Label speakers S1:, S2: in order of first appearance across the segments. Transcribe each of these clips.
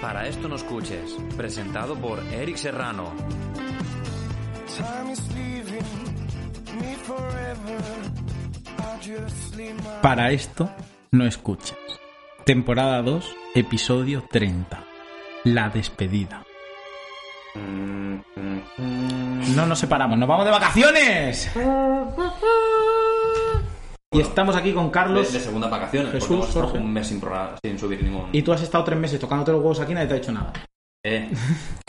S1: Para esto no escuches, presentado por Eric Serrano.
S2: Para esto no escuches. Temporada 2, episodio 30. La despedida. No nos separamos, nos vamos de vacaciones. Y estamos aquí con
S1: De, de
S2: Carlos.
S1: segunda vacaciones,
S2: Jesús,
S1: porque hemos estado
S2: Jorge.
S1: un mes sin, programa- sin subir ningún.
S2: Y tú has estado tres meses tocándote los huevos aquí y nadie te ha dicho nada.
S1: Eh,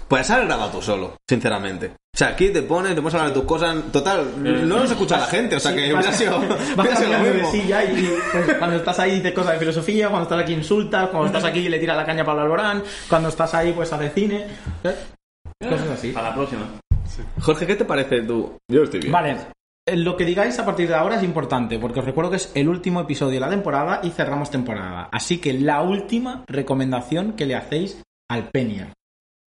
S3: Pues has grabado tú solo, sinceramente. O sea, aquí te pones, te pones a hablar de tus cosas. Total, no nos escucha la gente, o sea que hubiera sido,
S2: Vas
S3: hubiera sido lo
S2: cambiando de
S3: mismo.
S2: silla y pues, cuando estás ahí dices cosas de filosofía, cuando estás aquí insultas, cuando estás aquí le tiras la caña a Pablo Alborán, cuando estás ahí pues hace cine. ¿eh? Cosas así.
S1: para la próxima.
S3: Jorge, ¿qué te parece tú? Yo estoy bien.
S2: Vale. eh, Lo que digáis a partir de ahora es importante, porque os recuerdo que es el último episodio de la temporada y cerramos temporada. Así que la última recomendación que le hacéis al Penier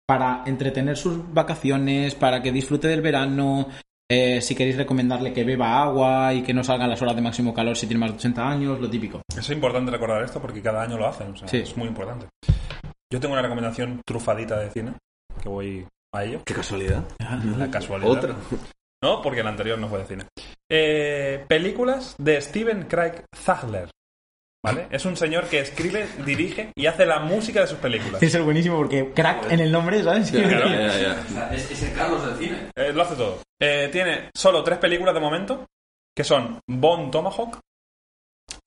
S2: para entretener sus vacaciones, para que disfrute del verano, eh, si queréis recomendarle que beba agua y que no salgan las horas de máximo calor si tiene más de 80 años, lo típico.
S4: Es importante recordar esto porque cada año lo hacen, o sea,
S2: Sí.
S4: es muy importante. Yo tengo una recomendación trufadita de cine, que voy a ello,
S3: Qué casualidad.
S4: la casualidad.
S3: Otra.
S4: No, porque la anterior no fue de cine. Eh, películas de Steven Craig Zagler. ¿Vale? Es un señor que escribe, dirige y hace la música de sus películas.
S2: Es el buenísimo porque crack en el nombre, ¿sabes?
S3: Ya,
S4: Claro.
S3: ya, ya.
S1: Es, el Carlos del cine.
S4: Eh, lo hace todo. Eh, tiene solo tres películas de momento, que son Bone Tomahawk,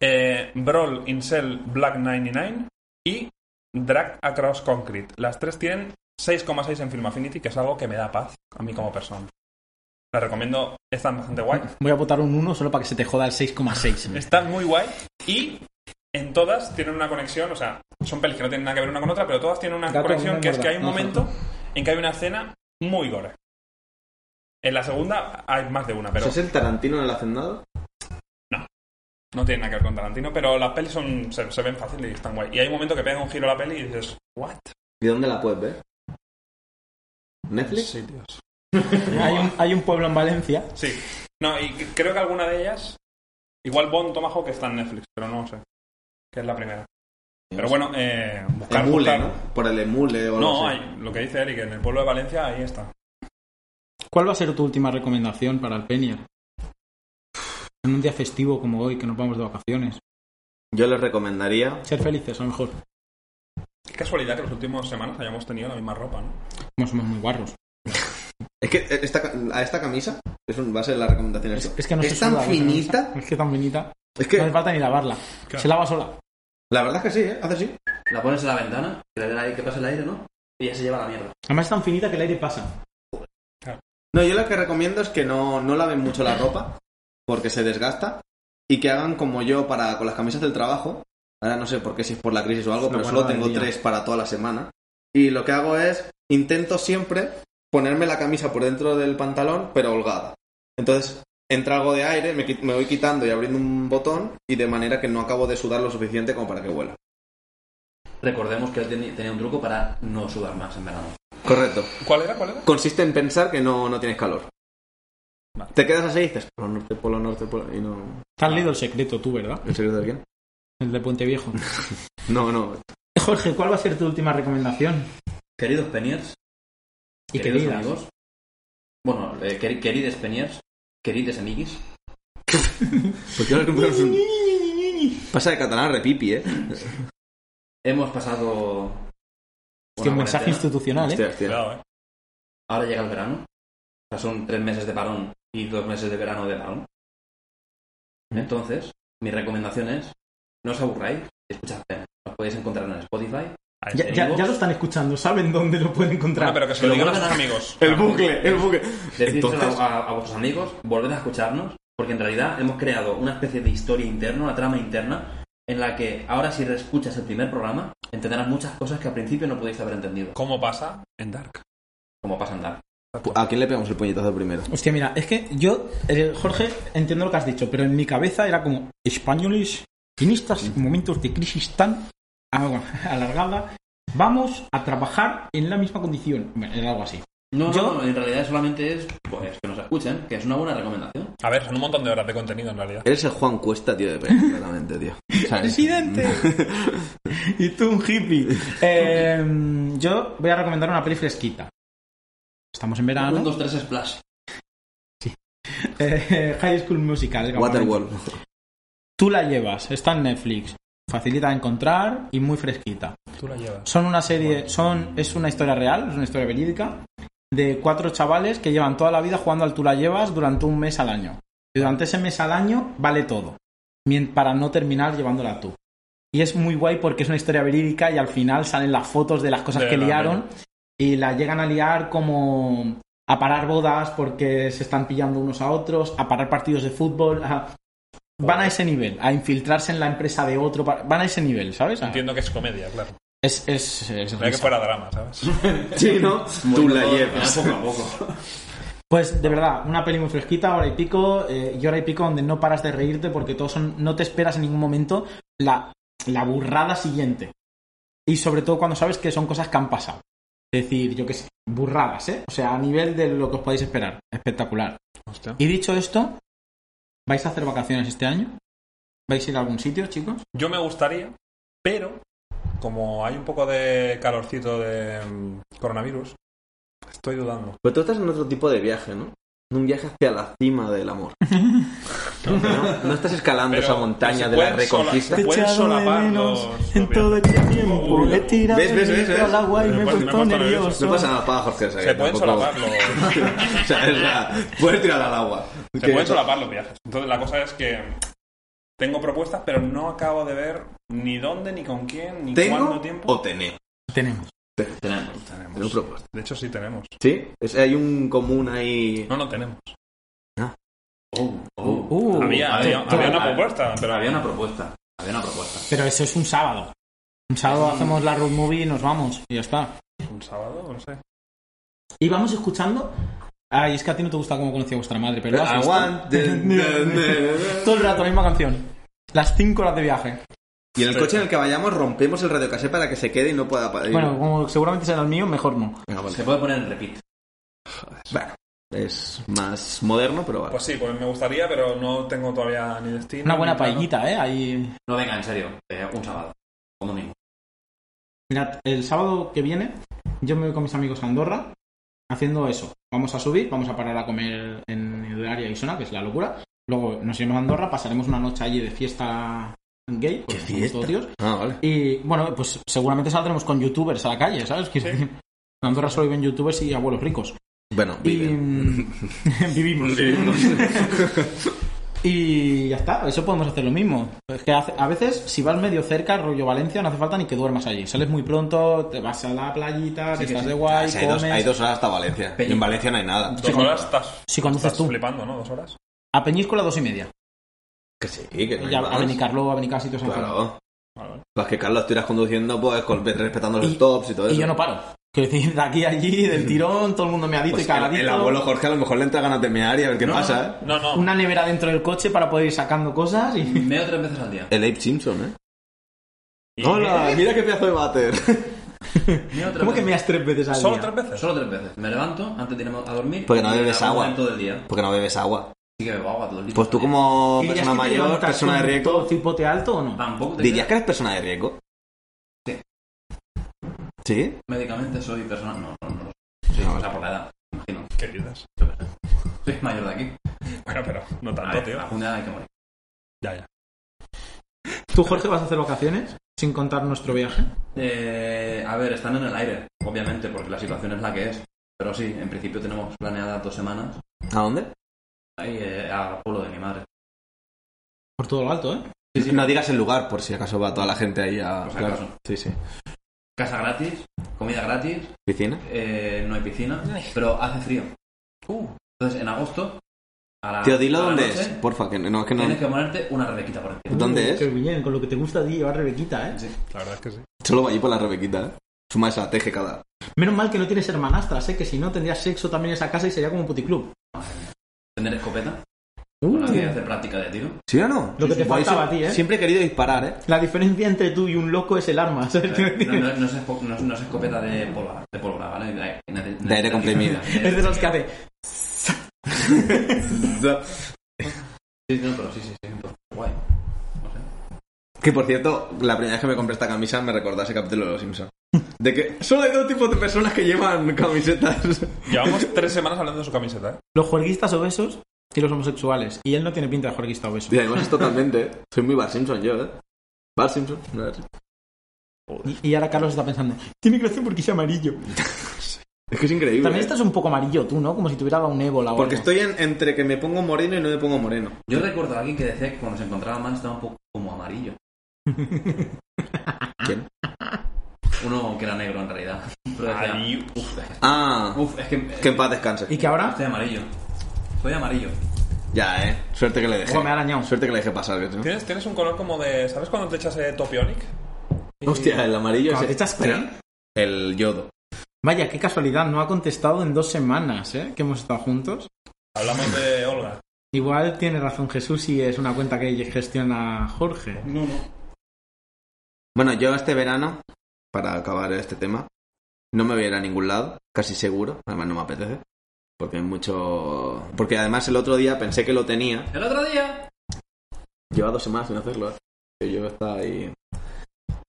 S4: eh, Brawl in Cell Black 99 y Drag Across Concrete. Las tres tienen 6,6 en Film Affinity, que es algo que me da paz a mí como persona. La recomiendo, están bastante guay.
S2: Voy a votar un 1 solo para que se te joda el 6,6.
S4: Están muy guay y en todas tienen una conexión, o sea, son pelis que no tienen nada que ver una con otra, pero todas tienen una
S2: Gato,
S4: conexión
S2: no
S4: que es que
S2: muerda,
S4: hay un
S2: no
S4: momento en que hay una escena muy gore. En la segunda hay más de una, pero
S3: ¿O sea, ¿Es el Tarantino en el hacendado?
S4: no tiene nada que ver con Tarantino, pero las pelis son, se, se ven fácil y están guay. Y hay un momento que pega un giro a la peli y dices, ¿what?
S3: ¿Y dónde la puedes ver? ¿Netflix?
S4: Sí, Dios.
S2: Hay un, hay un pueblo en Valencia.
S4: Sí. No, y c- creo que alguna de ellas, igual Bon Tomahawk está en Netflix, pero no sé, que es la primera. Pero bueno, eh, buscar,
S3: Emule,
S4: buscar.
S3: ¿no? Por el emule o
S4: No,
S3: no sé.
S4: hay, lo que dice Eric, en el pueblo de Valencia, ahí está.
S2: ¿Cuál va a ser tu última recomendación para el Penier? En un día festivo como hoy, que nos vamos de vacaciones.
S3: Yo les recomendaría.
S2: Ser felices, a lo mejor.
S4: Qué casualidad que las últimas semanas hayamos tenido la misma ropa, ¿no?
S2: No somos muy guarros.
S3: Es que esta, ca- a esta camisa es un- va a ser la recomendación.
S2: Es,
S3: esto.
S2: es que no se
S3: tan
S2: suda,
S3: finita.
S2: Es que tan finita.
S3: Es que
S2: No hace falta ni lavarla.
S4: Claro.
S2: Se lava sola.
S3: la verdad es que sí, ¿eh? Hace así.
S1: La pones en la ventana, que, le dé el aire- que pase el aire, ¿no? Y ya se lleva la mierda.
S2: Además es tan finita que el aire pasa.
S3: No, yo lo que recomiendo es que no, no laven mucho la ropa, porque se desgasta, y que hagan como yo para con las camisas del trabajo. Ahora no sé por qué, si es por la crisis o algo,
S2: Es una
S3: pero
S2: buena
S3: solo tengo
S2: idea.
S3: tres para toda la semana. Y lo que hago es, intento siempre ponerme la camisa por dentro del pantalón, pero holgada. Entonces, entra algo de aire, me, qui- me voy quitando y abriendo un botón, y de manera que no acabo de sudar lo suficiente como para que huela.
S1: Recordemos que él teni- tenía un truco para no sudar más en verano.
S3: Correcto.
S4: ¿Cuál era? ¿Cuál era?
S3: Consiste en pensar que no, no tienes calor.
S4: Vale.
S3: Te quedas así y dices, polo norte, polo norte, polo... Y no...
S2: Te has leído el secreto tú, ¿verdad?
S3: ¿El secreto de quién?
S2: El de Puente Viejo.
S3: No, no.
S2: Jorge, ¿cuál va a ser tu última recomendación?
S1: Queridos Peniers,
S2: Y
S1: queridos
S2: queridas.
S1: amigos. Bueno, eh, queri- querides Peniers, querides amiguis.
S3: ¿Por qué no compramos un... Pasa de catalán a repipi, ¿eh?
S1: Hemos pasado.
S2: Hostia, un
S1: una
S2: mensaje
S1: cuarentena.
S2: institucional, ¿eh?
S3: Hostia, hostia.
S4: Cuidado, ¿eh?
S1: Ahora llega el verano. O sea, son tres meses de parón y dos meses de verano de parón. Entonces, mi recomendación es, no os aburráis, escuchad Pena. Nos podéis encontrar en Spotify.
S4: Ahí
S2: Ya,
S4: está.
S2: ya- ya lo están escuchando, saben dónde lo pueden encontrar.
S4: Ah, pero que se
S1: Pero
S4: lo digan a
S1: bueno,
S4: sus amigos.
S3: El bucle, el bucle.
S1: Decídselo
S3: Entonces-
S1: a, a vuestros amigos, volved a escucharnos, porque en realidad hemos creado una especie de historia interna, una trama interna, en la que ahora si reescuchas el primer programa, entenderás muchas cosas que al principio no podéis haber entendido,
S4: ¿Cómo pasa en Dark?
S1: como pasa en Dark.
S3: ¿A quién le pegamos el puñetazo primero?
S2: Hostia, mira, es que yo, eh, Jorge, entiendo lo que has dicho, pero en mi cabeza era como, españoles, en estos momentos de crisis tan agua- alargada, vamos a trabajar en la misma condición. Bueno, Era algo así.
S1: No,
S2: Yo-
S1: no, en realidad solamente es pues, que nos escuchen, que es una buena recomendación.
S4: A ver, son un montón de horas de contenido en realidad.
S3: Eres el Juan Cuesta, tío, de película, claramente, tío. ¿Sabes?
S2: ¡Presidente! y tú un hippie. Eh, yo voy a recomendar una peli fresquita. Estamos en
S1: Un,
S2: verano.
S1: dos, tres, splash.
S2: Eh, High School Musical. es
S3: Waterworld.
S2: Tú la llevas, está en Netflix. Facilita de encontrar y muy fresquita.
S4: Tú la llevas.
S2: Son una serie, son, es una historia real, es una historia verídica, de cuatro chavales que llevan toda la vida jugando al tú la llevas durante un mes al año. Y durante ese mes al año vale todo, mien- para no terminar llevándola tú. Y es muy guay porque es una historia verídica y al final salen las fotos de las cosas
S4: De
S2: que
S4: la
S2: liaron y la llegan a liar como a parar bodas porque se están pillando unos a otros, a parar partidos de fútbol. a- Van a ese nivel, a infiltrarse en la empresa de otro. pa- Van a ese nivel, ¿sabes? A-
S4: Entiendo que es comedia, claro.
S2: Es, es, es
S4: No hay que
S2: risa.
S4: fuera drama, ¿sabes?
S3: Sí, ¿no? Tú la
S1: Bueno,
S3: llevas.
S1: Poco a poco.
S2: Pues de verdad, una peli muy fresquita, hora y pico, eh, y hora y pico donde no paras de reírte porque todos son, no te esperas en ningún momento la, la burrada siguiente. Y sobre todo cuando sabes que son cosas que han pasado. Es decir, yo qué sé, burradas, ¿eh? O sea, a nivel de lo que os podéis esperar. Espectacular.
S4: Hostia.
S2: Y dicho esto, ¿vais a hacer vacaciones este año? ¿Vais a ir a algún sitio, chicos?
S4: Yo me gustaría, pero como hay un poco de calorcito de mm, coronavirus, estoy dudando.
S3: Pero tú estás en otro tipo de viaje, ¿no? En Un viaje hacia la cima del amor. ¿No? No estás escalando
S4: Pero
S3: esa montaña
S4: se
S3: de la
S4: pueden
S3: reconquista.
S4: sola- Te he Puedes echado de solapar menos los- en todo
S2: este tiempo.
S4: Uy, He
S2: tirado
S3: ¿Ves, ves, el ves, ves? al
S4: y me he Me he puesto- puesto me he puesto nervioso. nervioso.
S3: No pasa nada, para Jorge.
S4: Se pueden solapar los, se
S3: o sea, es la- puedes tirar al agua. Que-
S4: pueden solapar los viajes. Entonces la cosa es que tengo propuestas, pero no acabo de ver ni dónde, ni con quién, ni cuánto
S3: ¿Tengo
S4: tiempo.
S3: o tenemos?
S2: Tenemos.
S1: Tenemos.
S4: Tenemos.
S3: Tengo propuestas.
S4: De hecho, sí tenemos.
S3: ¿Sí? Es- hay un común ahí...
S2: Ah,
S4: No, no tenemos.
S1: Oh, oh.
S2: Uh,
S4: había,
S1: a
S4: había-
S1: ver, a
S4: había
S1: ver,
S4: una
S1: a ver.
S4: propuesta, pero
S1: Pero había una propuesta. Había una propuesta.
S2: Pero eso es un sábado. Un sábado hacemos la road movie y nos vamos. Y ya está.
S4: un sábado, no sé.
S2: Y vamos escuchando. Ay, es que a ti no te gusta cómo conocí a vuestra madre, pero. lo has visto.
S3: Aguante.
S2: Todo el rato la misma canción. Las 5 horas de viaje.
S3: Y en el coche en el que vayamos rompemos el radiocasete para que se quede y no pueda... pa-
S2: Bueno, como seguramente será el mío, mejor no.
S3: Venga, vale.
S1: Se puede poner en repeat.
S3: Bueno, es más moderno, pero vale.
S4: Pues sí, pues me gustaría, pero no tengo todavía ni destino.
S2: Una
S4: ni
S2: buena
S4: plano.
S2: paellita, ¿eh? Ahí.
S1: No, venga, en serio. eh, un sábado. Como mínimo.
S2: Mirad, el sábado que viene, yo me voy con mis amigos a Andorra haciendo eso. Vamos a subir, vamos a parar a comer en el área Isona, que es la locura. Luego nos iremos a Andorra, pasaremos una noche allí de fiesta gay. porque somos
S3: fiesta?
S2: todos tíos.
S3: Ah, vale.
S2: Y bueno, pues seguramente saldremos con youtubers a la calle, ¿sabes? Quiero decir, en Andorra solo viven youtubers y abuelos ricos.
S3: Bueno,
S2: Y
S3: vive.
S2: mm, vivimos. y ya está, eso podemos hacer lo mismo. Es que hace- a veces, si vas medio cerca, rollo Valencia, no hace falta ni que duermas allí. Sales muy pronto, te vas a la playita, te
S1: que
S2: estás
S1: sí.
S2: de guay,
S3: O sea, hay,
S2: comes.
S3: dos, hay dos horas hasta Valencia. Y en Valencia no hay nada.
S4: Dos horas estás,
S2: Si conduces
S4: estás
S2: tú.
S4: flipando, ¿no? Dos horas.
S2: A Peñíscola dos y media.
S3: Que sí, que no hay
S2: Ya,
S3: más.
S2: a Benicarlo, a Benicar sitios en Fernando.
S3: Claro.
S4: Vale, vale.
S3: Pues que Carlos, tú irás conduciendo, pues, con- respetando los
S2: Y-
S3: tops y todo eso.
S2: Y yo no paro. Quiero decir, de aquí a allí, del tirón, todo el mundo me ha dicho
S3: Pues
S2: y
S3: el,
S2: cagadito.
S3: el abuelo Jorge a lo mejor le entra ganas de mear y a ver qué pasa, ¿eh?
S4: No, no.
S2: Una nevera dentro del coche para poder ir sacando cosas y...
S1: Meo tres veces al día.
S3: El Abe Simpson, ¿eh?
S4: Y-
S3: ¡Hola! ¡Mira qué pedazo de váter! Eh,
S1: Meo tres
S2: ¿Cómo que
S1: veces.
S2: meas tres veces al
S4: ¿Solo
S2: día?
S4: tres veces?
S1: Solo tres veces. Me levanto antes de irme a dormir.
S3: Porque no
S1: y en
S3: bebes
S1: algún
S3: agua.
S1: momento del día.
S3: Porque no bebes agua.
S1: Sí que bebo agua todo el día.
S3: Pues tú como
S2: ¿Dirías
S3: persona
S2: que te
S3: mayor,
S2: levantas
S3: persona de
S2: con
S3: riesgo... Ah.
S2: todo cipote alto o no?
S1: Tampoco te
S3: ¿Dirías que eres persona de riesgo?
S1: Sí.
S3: ¿Sí?
S1: creas. Médicamente soy persona... No, no, no. Sí,
S3: No,
S1: o sea, por la edad. Imagino.
S4: ¿Qué dices?
S1: Soy mayor de aquí.
S4: Bueno, pero no
S1: A
S4: tanto,
S1: ver,
S4: tío.
S1: algún día hay que morir.
S4: Ya, ya.
S2: ¿Tú, Jorge, vas a hacer vacaciones? Sin contar nuestro viaje.
S1: Eh, a ver, están en el aire, obviamente, porque la situación es la que es. Pero sí, en principio tenemos planeadas dos semanas
S3: ¿A dónde?
S1: ahí eh, al pueblo de mi madre.
S2: Por todo lo alto, ¿eh?
S3: No digas el lugar, por si acaso va toda la gente ahí a...
S1: Por si
S3: claro.
S1: acaso.
S3: Sí, sí.
S1: Casa gratis, comida gratis,
S3: ¿Piscina?
S1: eh, no hay piscina, pero hace frío.
S2: Uh.
S1: Entonces, en agosto, a la,
S3: Tío, dilo
S1: a la
S3: dónde
S1: noche,
S3: es, porfa, que no, es que no...
S1: Tienes que ponerte una rebequita por encima.
S3: ¿Dónde
S2: Uy,
S3: es?
S2: Qué bien, con lo que te gusta a ti llevar Rebequita, ¿eh?
S4: La verdad es que sí.
S3: Solo va allí por la Rebequita, ¿eh? Suma estrategia cada...
S2: Menos mal que no tienes hermanastras, ¿eh? Que si no tendrías sexo también en esa casa y sería como un puticlub.
S1: Tener escopeta,
S2: Uy,
S1: con la que hacer práctica de tiro.
S3: ¿Sí o no?
S2: Lo que te
S3: Guay,
S2: faltaba
S3: sí.
S2: a ti, ¿eh?
S3: Siempre he querido disparar, ¿eh?
S2: la diferencia entre tú y un loco es el arma, ¿sabes?
S1: No, no, no es, esco- no es- no es escopeta de pólvora, de pólvora, ¿vale? aire,
S5: De aire comprimido.
S2: Es de los que hace.
S3: ¿eh?
S1: Sí, no, pero sí, sí, sí. entonces, Guay. No sé.
S3: Que por cierto, la primera vez que me compré esta camisa me recordó a ese capítulo de Los Simpsons. De que solo hay dos tipos de personas que llevan camisetas.
S4: Llevamos tres semanas hablando de su camiseta, ¿eh?
S2: Los juerguistas obesos y los homosexuales. Y él no tiene pinta de juerguista obeso.
S3: Y además es totalmente. ¿eh? Soy muy Bar Simpson yo, ¿eh? Bar Simpson. no es-
S2: Y, y ahora Carlos está pensando, tiene gracia porque es amarillo.
S3: Es que es increíble.
S2: También
S3: ¿eh?
S2: estás un poco amarillo tú, ¿no? Como si tuviera un ébola o
S3: Porque
S2: algo.
S3: estoy en- entre que me pongo moreno y no me pongo moreno.
S1: Yo recuerdo a alguien que decía que cuando se encontraba mal estaba un poco como amarillo.
S3: ¿Quién?
S1: Uno que era negro en realidad. Pero decía,
S4: Adiós.
S1: uf, es-
S3: Ah,
S1: uf, es que
S3: que en paz descanse.
S2: Y que ahora...
S1: "Ah, estoy amarillo. Soy amarillo.
S3: Ya, eh. Suerte que le dejé.
S2: Ojo, me ha arañado.
S3: Suerte que le dejé pasar, que tú.
S4: ¿Tienes, tienes un color como de. ¿Sabes cuando te echas eh, Topionic?
S3: Hostia, el amarillo
S2: Cuando
S3: ese-
S2: te echas qué?
S3: El yodo.
S2: Vaya, qué casualidad, no ha contestado en dos semanas, ¿eh? Que hemos estado juntos.
S4: Hablamos de Olga.
S2: Igual tiene razón Jesús y es una cuenta que gestiona Jorge.
S1: No, no.
S3: Bueno, yo este verano, para acabar este tema, no me voy a ir a ningún lado, casi seguro. Además, no me apetece. Porque hay mucho. Porque además el otro día pensé que lo tenía.
S1: El otro día.
S3: Lleva dos semanas sin hacerlo, ¿eh? Que yo estaba ahí.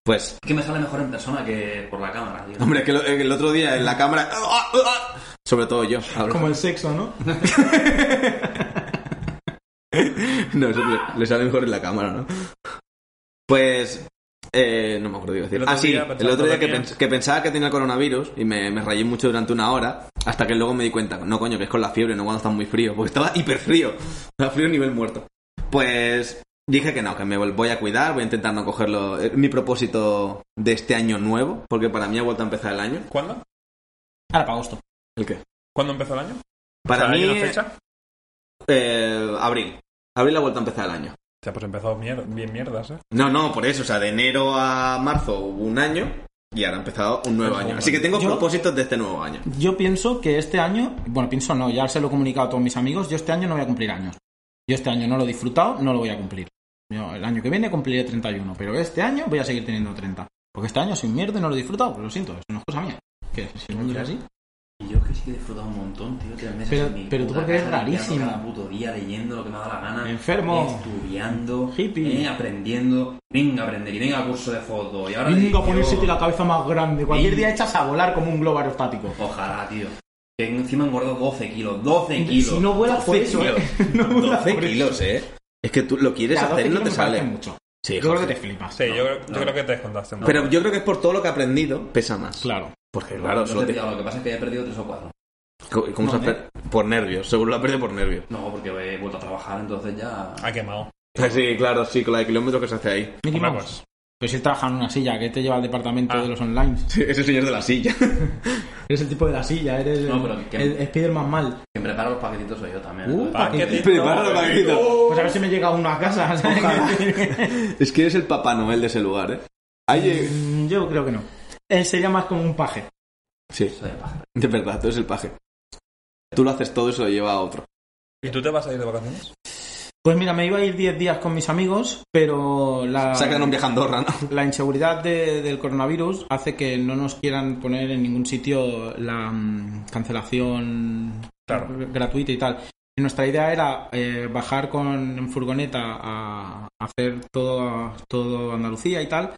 S3: Pues,
S1: Es que me sale mejor en persona que por la cámara, tío.
S3: hombre, que lo- el otro día en la cámara. ¡Ah, ah, ah! Sobre todo yo. hablo.
S2: Como el sexo, ¿no?
S3: No, eso le, le sale mejor en la cámara, ¿no? Pues. eh, no me acuerdo qué iba a decir.
S4: El otro
S3: Ah, sí,
S4: día
S3: el
S4: pensaba
S3: otro día que,
S4: también.
S3: pens- que pensaba que tenía el coronavirus y me, me rayé mucho durante una hora. Hasta que luego me di cuenta, no coño, que es con la fiebre, no cuando está muy frío. Porque estaba hiper frío. Estaba frío nivel muerto. Pues. Dije que no, que me vol- voy a cuidar, voy a intentar no cogerlo. eh, Mi propósito de este año nuevo, porque para mí ha vuelto a empezar el año.
S4: ¿Cuándo?
S2: Ahora para agosto.
S3: ¿El qué?
S4: ¿Cuándo empezó el año?
S3: Para
S4: O sea, ¿hay
S3: mí,
S4: una fecha?
S3: eh, abril. Abril ha vuelto a empezar el año.
S4: O sea, pues empezó mier- bien mierdas, ¿eh?
S3: No, no, por eso, o sea, de enero a marzo hubo un año y ahora ha empezado un nuevo año. Así que tengo
S2: Yo-
S3: propósitos de este nuevo año.
S2: Yo pienso que este año, bueno, pienso no, ya se lo he comunicado a todos mis amigos, yo este año no voy a cumplir años. Yo este año no lo he disfrutado, no lo voy a cumplir. Yo el año que viene cumpliré 31, pero este año voy a seguir teniendo 30. Porque este año soy un mierda y no lo he disfrutado, pues lo siento, eso no es cosa mía. Que si el mundo es así.
S1: Y yo que sí que he disfrutado un montón, tío, tres meses
S2: Pero-
S1: en mi
S2: pero tú
S1: puta
S2: porque eres
S1: casa, limpiando
S2: rarísimo.
S1: Cada puto día leyendo lo que me ha dado la gana.
S2: Enfermo.
S1: Estudiando.
S2: Hippie.
S1: eh, aprendiendo. Venga, a aprender. Y venga a curso de foto. Y ahora
S2: Venga,
S1: edición.
S2: a ponérsete la cabeza más grande. Cualquier
S1: Sí.
S2: día echas a volar como un globo aerostático.
S1: Ojalá, tío. Que encima engordó 12 kilos. 12 kilos.
S2: Si no vuelas por eso, ¿eh? No vuelas
S3: 12
S2: por eso.
S3: kilos, ¿eh? Es que tú lo quieres
S2: Ya, 12
S3: hacer y no
S2: kilos
S3: te
S2: me parece
S3: sale.
S2: mucho.
S3: Sí,
S2: Yo creo que
S3: Jorge.
S2: te flipas.
S4: Sí,
S1: No,
S4: yo, creo- yo
S1: no.
S4: creo que te descontaste. un
S3: Pero yo creo que es por todo lo que he aprendido, pesa más.
S2: Claro.
S3: Porque,
S1: No
S3: claro,
S1: te
S3: solo
S1: he
S3: te- eh.
S1: pillado, Lo que pasa es que ya he perdido 3 o 4.
S3: co- ¿cómo se
S2: No,
S3: ha per- Por nervios, seguro lo ha perdido por nervios.
S1: No, porque he vuelto a trabajar, entonces ya.
S4: poco. Ha quemado.
S3: Sí, claro, sí, con la de kilómetros que se hace ahí.
S2: Mickey
S4: Hombre,
S2: Mouse.
S4: pues.
S2: Pero si él trabaja en una silla, que te lleva al departamento
S4: Ah.
S2: de los online.
S3: Sí, ese señor de la silla.
S2: Eres el tipo de la silla, eres
S1: No,
S2: el-
S1: pero que-
S2: el, Spiderman mal.
S1: Quien prepara los paquetitos soy yo también.
S2: Uh,
S1: entonces-
S4: Paquetito.
S3: Prepáralo, Paquito.
S2: Pues a ver si me llega uno a casa. ¿sabes?
S3: Es que eres el Papá Noel de ese lugar, ¿eh? Ahí lleg-
S2: Mm, Yo creo que no. Él sería más como un paje.
S3: Sí,
S1: Soy de paja.
S3: de verdad, tú eres el paje. Tú lo haces todo y se lo lleva a otro.
S4: ¿Y tú te vas a ir de vacaciones?
S2: Pues mira, me iba a ir 10 días con mis amigos, pero la,
S3: Sacan un viaje a Andorra, ¿no?
S2: la inseguridad de- del coronavirus hace que no nos quieran poner en ningún sitio la mm, cancelación
S4: Claro.
S2: gr- gratuita y tal. Y nuestra idea era eh, bajar con en furgoneta a hacer todo, todo Andalucía y tal,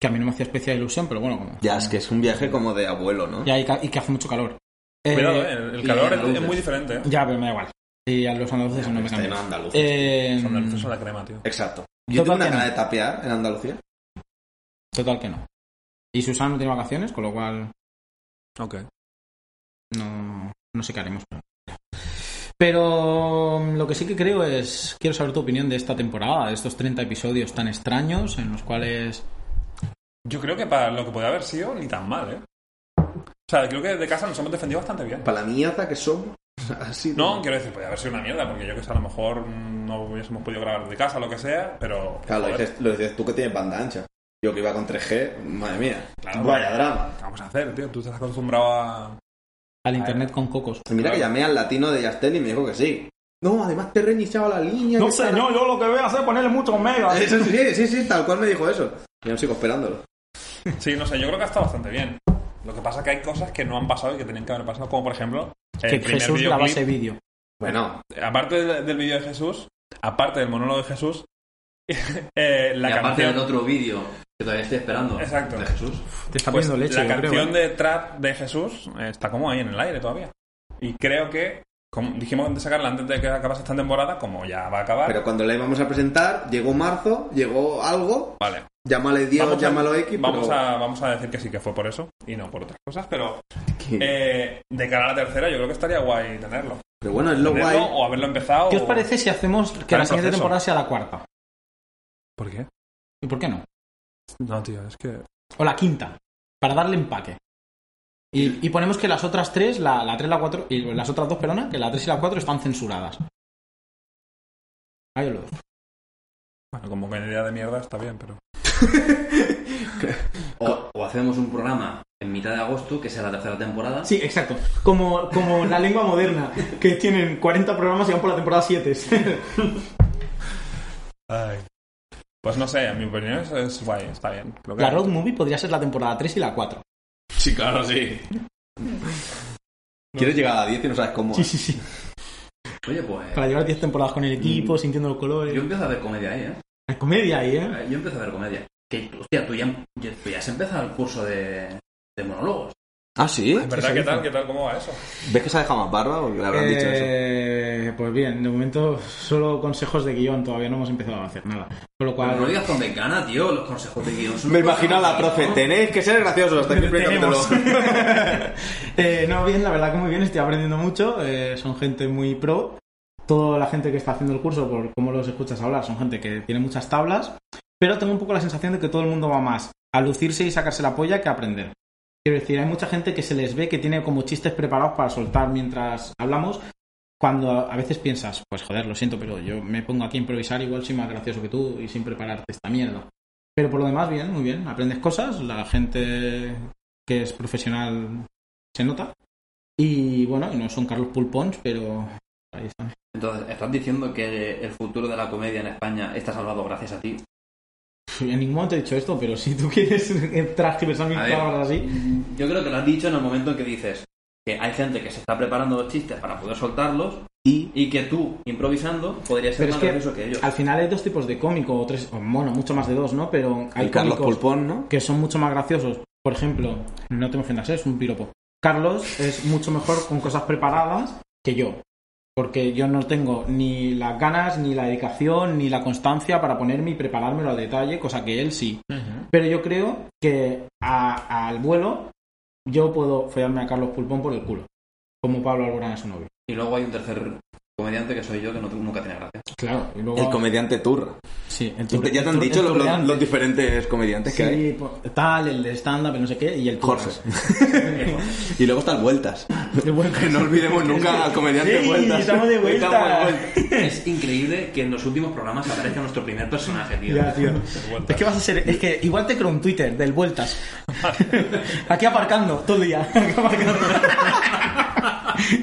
S2: que a mí no me hacía especial ilusión, pero bueno, como-
S3: Ya, es que es un viaje como de abuelo, ¿no?
S2: Ya, y, ca- y que hace mucho calor. Eh,
S4: Cuidado, ¿eh? El, el
S1: y
S4: calor es,
S1: andaluces.
S4: es muy diferente, ¿eh?
S2: Ya, pero me da igual. Y a los andaluces no me
S3: Está en
S2: cambian.
S3: Andalucía.
S2: Eh,
S4: Son andaluces, son la crema, tío.
S3: Exacto. Yo tengo
S2: Total
S3: una
S2: que no.
S3: cara de tapear en Andalucía.
S2: total que no. Y Susana no tiene vacaciones, con lo cual
S4: Ok.
S2: no, no sé qué haremos. Pero mm, lo que sí que creo es, quiero saber tu opinión de esta temporada, de estos 30 episodios tan extraños en los cuales...
S4: Yo creo que para lo que podía haber sido, ni tan mal, ¿eh? O sea, creo que desde casa nos hemos defendido bastante bien.
S3: Para la mierda que somos. Así
S4: No, quiero decir, podía haber sido una mierda, porque yo que sé, a lo mejor mm, no hubiésemos podido grabar de casa, lo que sea, pero.
S3: Claro, lo
S4: joder,
S3: dices, lo dices tú que tienes banda ancha. Yo que iba con 3G, madre mía.
S4: Claro.
S3: Vaya drama.
S4: ¿qué vamos a hacer, tío? Tú estás acostumbrado a.
S2: Al internet con cocos.
S3: Y Mira que llamé al latino de Yastel y me dijo que sí. No, además te he reiniciado la línea. que está-
S2: yo lo que voy a hacer es ponerle muchos megas.
S3: Eso sí, sí, sí, tal cual me dijo eso. Yo no sigo esperándolo.
S4: Sí, no sé, yo creo que ha estado bastante bien. Lo que pasa es que hay cosas que no han pasado y que tenían que haber pasado, como por ejemplo el
S2: Que
S4: primer
S2: Jesús
S4: videoclip.
S2: grabase vídeo.
S3: Bueno,
S4: Aparte del, del vídeo de Jesús, aparte del monólogo de Jesús, eh, la
S1: y aparte
S4: canción...
S1: del otro vídeo que todavía estoy esperando
S4: Exacto.
S1: de Jesús.
S2: Te está
S4: Pues,
S2: poniendo leche,
S4: la
S2: yo creo,
S4: canción
S2: ¿eh?
S4: de trap de Jesús eh, está como ahí en el aire todavía. Y creo que, como dijimos de sacarla antes de que acabase esta temporada, como ya va a acabar,
S3: pero cuando la íbamos a presentar, llegó marzo, llegó algo,
S4: vale.
S3: llámale Dios,
S4: Vamos a-
S3: llámalo X, pero...
S4: Vamos, a, vamos a decir que sí que fue por eso y no por otras cosas, pero eh, de cara a la tercera yo creo que estaría guay tenerlo.
S3: Pero bueno, es lo
S4: Tenerlo
S3: guay.
S4: o haberlo empezado.
S2: ¿Qué os
S4: o-
S2: parece si hacemos que
S4: en
S2: la siguiente
S4: proceso.
S2: temporada sea la cuarta?
S4: ¿Por qué?
S2: ¿Y por qué no?
S4: No, tío, es que...
S2: O la quinta, para darle empaque. Y, y ponemos que las otras tres, la, la 3, la 4, y las otras dos, perdona, que la 3 y la 4 están censuradas. Ahí os lo dejo.
S4: Bueno, como que idea de mierda está bien, pero...
S1: O, o hacemos un programa en mitad de agosto, que sea la tercera temporada.
S2: Sí, exacto. Como, como la lengua moderna, que tienen 40 programas y van por la temporada 7.
S4: Pues no sé, en mi opinión es, es guay, está bien. Creo que-
S2: la road movie podría ser la temporada 3 y la 4.
S3: Sí, claro, sí. Quieres llegar a la 10 y no sabes cómo.
S2: Sí, sí, sí.
S1: Oye, pues.
S2: Para llevar 10 temporadas con el equipo, sintiendo los colores.
S1: Yo empiezo a ver comedia ahí, ¿eh?
S2: Hay comedia ahí, ¿eh?
S1: Yo empiezo a ver comedia. Que, hostia, tú ya, ya- tú ya has empezado el curso de, de monólogos.
S3: Ah, sí.
S4: ¿En verdad? ¿Qué tal? ¿Qué tal? ¿Cómo va eso?
S3: ¿Ves que se ha dejado más barba? Porque le habrán dicho eso.
S2: Eh, pues bien, de momento solo consejos de guión, todavía no hemos empezado a hacer nada. Con lo
S1: Pero no
S2: cual,
S1: digas con gana, tío, los consejos de guión. son
S3: Me
S1: cosas
S3: imagino a la
S1: malas,
S3: profe,
S1: ¿no?
S3: tenéis que ser graciosos, hasta aquí el primer
S4: Tenemos.
S3: capítulo.
S2: Eh, no, bien, la verdad que muy bien, estoy aprendiendo mucho, eh, son gente muy pro. Toda la gente que está haciendo el curso, por cómo los escuchas hablar, son gente que tiene muchas tablas, pero tengo un poco la sensación de que todo el mundo va más a lucirse y sacarse la polla que a aprender. Quiero decir, hay mucha gente que se les ve que tiene como chistes preparados para soltar mientras hablamos, cuando a veces piensas, pues joder, lo siento, pero yo me pongo aquí a improvisar, igual soy más gracioso que tú y sin prepararte esta mierda. Pero por lo demás, bien, muy bien, aprendes cosas, la gente que es profesional se nota. Y bueno, y no son Carlos Pulpons, pero ahí está.
S1: Entonces, ¿estás diciendo que el futuro de la comedia en España está salvado gracias a ti?
S2: Pff, En ningún momento he dicho esto, pero si tú quieres transgiversar mis
S1: A ver.
S2: palabras así,
S1: Yo creo que lo has dicho en el momento en que dices que hay gente que se está preparando los chistes para poder soltarlos y, que tú, improvisando, podrías ser
S2: Pero
S1: más
S2: es que-
S1: gracioso que ellos.
S2: al final hay dos tipos de cómico, o tres, o bueno, mucho más de dos, ¿no? Pero hay
S3: El Carlos
S2: cómicos-
S3: Pulpón, ¿no?
S2: que son mucho más graciosos. Por ejemplo, no te me ofendas, ¿eh? es un piropo. Carlos es mucho mejor con cosas preparadas que yo. Porque yo no tengo ni las ganas, ni la dedicación, ni la constancia para ponerme y preparármelo al detalle, cosa que él sí. Pero yo creo que a- al vuelo yo puedo follarme a Carlos Pulpón por el culo. Como Pablo Alborán a su novio.
S1: Y luego hay un tercer comediante que soy yo que no, nunca tenía gracia.
S2: Claro, y luego...
S3: El comediante Turra.
S2: sí, el
S3: Ya
S2: torre-
S3: te
S2: el
S3: han
S2: torre-
S3: dicho
S2: el
S3: los, los-
S2: torreante.
S3: los diferentes comediantes que hay.
S2: Sí, po- tal, el de stand-up, el no sé qué, y el...
S3: Jorge. Y luego está el Vueltas.
S2: El buen-
S3: Que no olvidemos nunca al comediante
S2: ¡Ey!
S3: Vueltas.
S2: Estamos de vuelta.
S3: Estamos de vuelta.
S1: Es increíble que en los últimos programas aparezca nuestro primer personaje, tío.
S2: Ya, tío.
S4: Vueltas.
S2: Es que vas a ser. Es que igual te creo un Twitter del vueltas. Aquí aparcando todo el día. Aquí aparcando.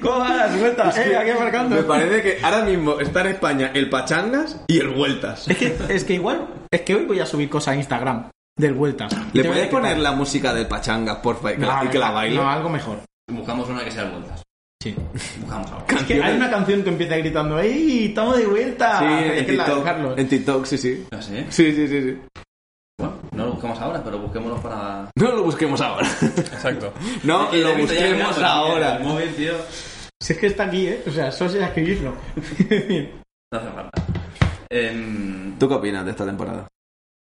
S2: ¿Cómo vas las vueltas? Eh, aquí aparcando.
S3: Me parece que ahora mismo está en España el Pachangas y el Vueltas.
S2: Es que, es que igual. Es que hoy voy a subir cosas a Instagram del vueltas.
S3: ¿Le podéis poner la música del Pachangas, porfa, y que, la, y que la baile?
S2: No, algo mejor.
S1: Buscamos una que sea el vueltas.
S2: Sí.
S1: Buscamos ahora.
S2: Es que hay una canción que empieza gritando: ¡Ey! ¡Estamos de vuelta!
S3: Sí,
S2: Pero es
S3: en
S2: que la de
S3: TikTok,
S2: Carlos.
S3: en TikTok, sí, sí.
S1: No sé.
S3: Sí, sí, sí, sí.
S1: Bueno, no lo busquemos ahora, pero busquémoslo para.
S3: No lo busquemos ahora.
S4: Exacto.
S3: No lo
S1: He visto ya que
S3: busquemos
S1: me ha salido
S3: ahora.
S1: El móvil, tío.
S2: Si es que está aquí, ¿eh? O sea, solo sé escribirlo.
S1: No hace falta. Em,
S3: ¿Tú qué opinas de esta temporada?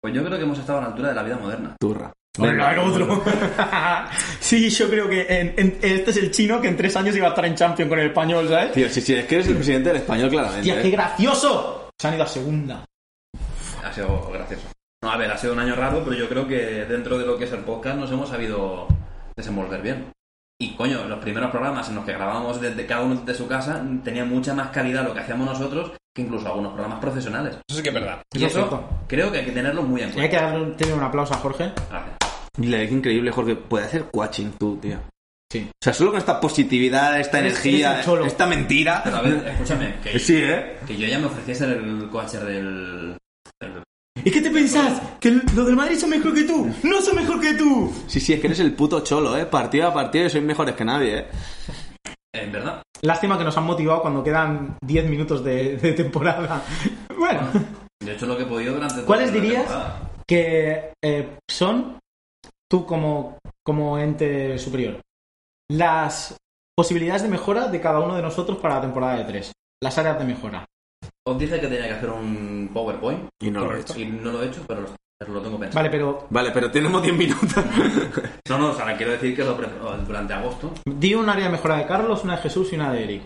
S1: pues yo creo que hemos estado a la altura de la vida moderna.
S3: Turra.
S2: Venga, el otro. sí, yo creo que en- en- este es el chino que en tres años iba a estar en Champions con el español, ¿sabes?
S3: Tío, sí, sí, es que eres el presidente del español, claramente.
S2: ¡Tía, qué
S3: ¿eh?
S2: gracioso! Se han ido a segunda.
S1: Ha sido gracioso. No, a ver, ha sido un año raro, pero yo creo que dentro de lo que es el podcast nos hemos sabido desenvolver bien. Y coño, los primeros programas en los que grabábamos desde cada uno de su casa tenía mucha más calidad lo que hacíamos nosotros que incluso algunos programas profesionales.
S4: Eso sí que es verdad.
S1: Y
S2: Eso es
S1: eso
S2: cierto.
S1: creo que hay que tenerlo muy en
S2: Hay
S1: cuenta.
S2: que darle un- tener un aplauso a Jorge.
S1: Gracias.
S3: Y la verdad que increíble, Jorge. Puede hacer coaching tú, tío.
S2: Sí.
S3: O sea, solo con esta positividad, esta
S2: Eres-
S3: energía,
S2: eres un cholo.
S3: esta mentira.
S1: Pero a ver, escúchame, que,
S3: Sí, ¿eh?
S1: que yo ya me ofrecía ser el coacher del, del
S2: ¿Es que te pensás que los del Madrid son mejor que tú? ¡No son mejor que tú!
S3: Sí, sí, es que eres el puto cholo, ¿eh? Partido a partido y sois mejores que nadie, ¿eh?
S1: En verdad.
S2: Lástima que nos han motivado cuando quedan 10 minutos de, de temporada. Bueno,
S1: Yo he hecho lo que he podido durante toda
S2: ¿Cuáles
S1: la
S2: dirías?
S1: temporada.
S2: que eh, son, tú como, como ente superior, las posibilidades de mejora de cada uno de nosotros para la temporada de 3. Las áreas de mejora.
S1: Os dije que tenía que hacer un PowerPoint
S3: Y no lo he
S4: Correcto.
S3: hecho.
S1: y no lo he hecho, pero lo, pero lo tengo pensado.
S2: Vale, pero
S3: Vale, pero tenemos 10 minutos.
S1: No, no, o sea, quiero decir que lo preparo durante agosto.
S2: di un área de mejora de Carlos, una de Jesús y una de Eric.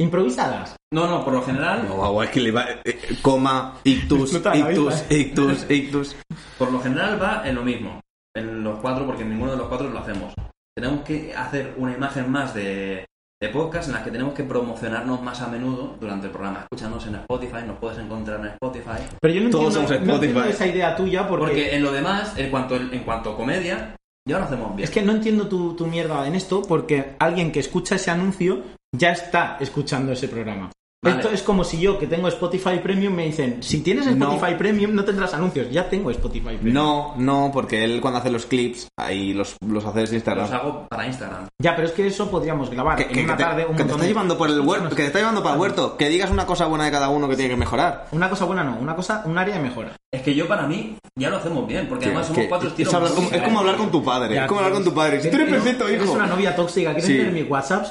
S2: Improvisadas.
S1: No, no, por lo general,
S3: No, guau, es que le va... eh, eh, coma, ictus,
S2: Explota la
S3: ictus,
S2: vida.
S3: ictus, ictus.
S1: por lo general va en lo mismo. En los cuatro, porque ninguno de los cuatro lo hacemos. Tenemos que hacer una imagen más de, de podcast en la que tenemos que promocionarnos más a menudo durante el programa. Escúchanos en Spotify, nos puedes encontrar en Spotify.
S2: Pero yo no
S3: Todos
S2: entiendo,
S3: somos
S2: no entiendo
S3: Spotify.
S2: esa idea tuya porque,
S1: Porque en lo demás, en cuanto, en cuanto a comedia, ya lo hacemos bien.
S2: es que no entiendo tu, tu mierda en esto porque alguien que escucha ese anuncio ya está escuchando ese programa.
S1: Vale.
S2: Esto es como si yo que tengo Spotify Premium me dicen, si tienes Spotify Premium no tendrás anuncios, ya tengo Spotify Premium.
S3: No, no, porque él cuando hace los clips, ahí los, los hace desde
S1: los
S3: Instagram.
S1: hago para Instagram.
S2: Ya, pero es que eso podríamos grabar
S3: Que, que-
S2: en Ah, una
S3: que te,
S2: tarde un
S3: que te
S2: montón
S3: está
S2: de-
S3: llevando por el huerto,
S2: Escúchanos.
S3: que te está llevando para el huerto. Que digas una cosa buena de cada uno que tiene que mejorar.
S2: Una cosa buena no, una cosa, un área de mejora.
S1: Es que yo para mí ya lo hacemos bien, porque además somos
S3: Que-
S1: cuatro
S3: que-
S1: estilos. ¿eh?
S3: es, hablar
S1: muy
S3: como, es como
S1: diferentes.
S3: hablar con tu padre.
S2: Ya,
S3: es como hablar con tu padre. Si tú eres
S2: Eres-
S3: perfecto,
S2: eres
S3: hijo.
S2: una novia tóxica, ¿quieres
S3: Sí.
S2: ver mi WhatsApp?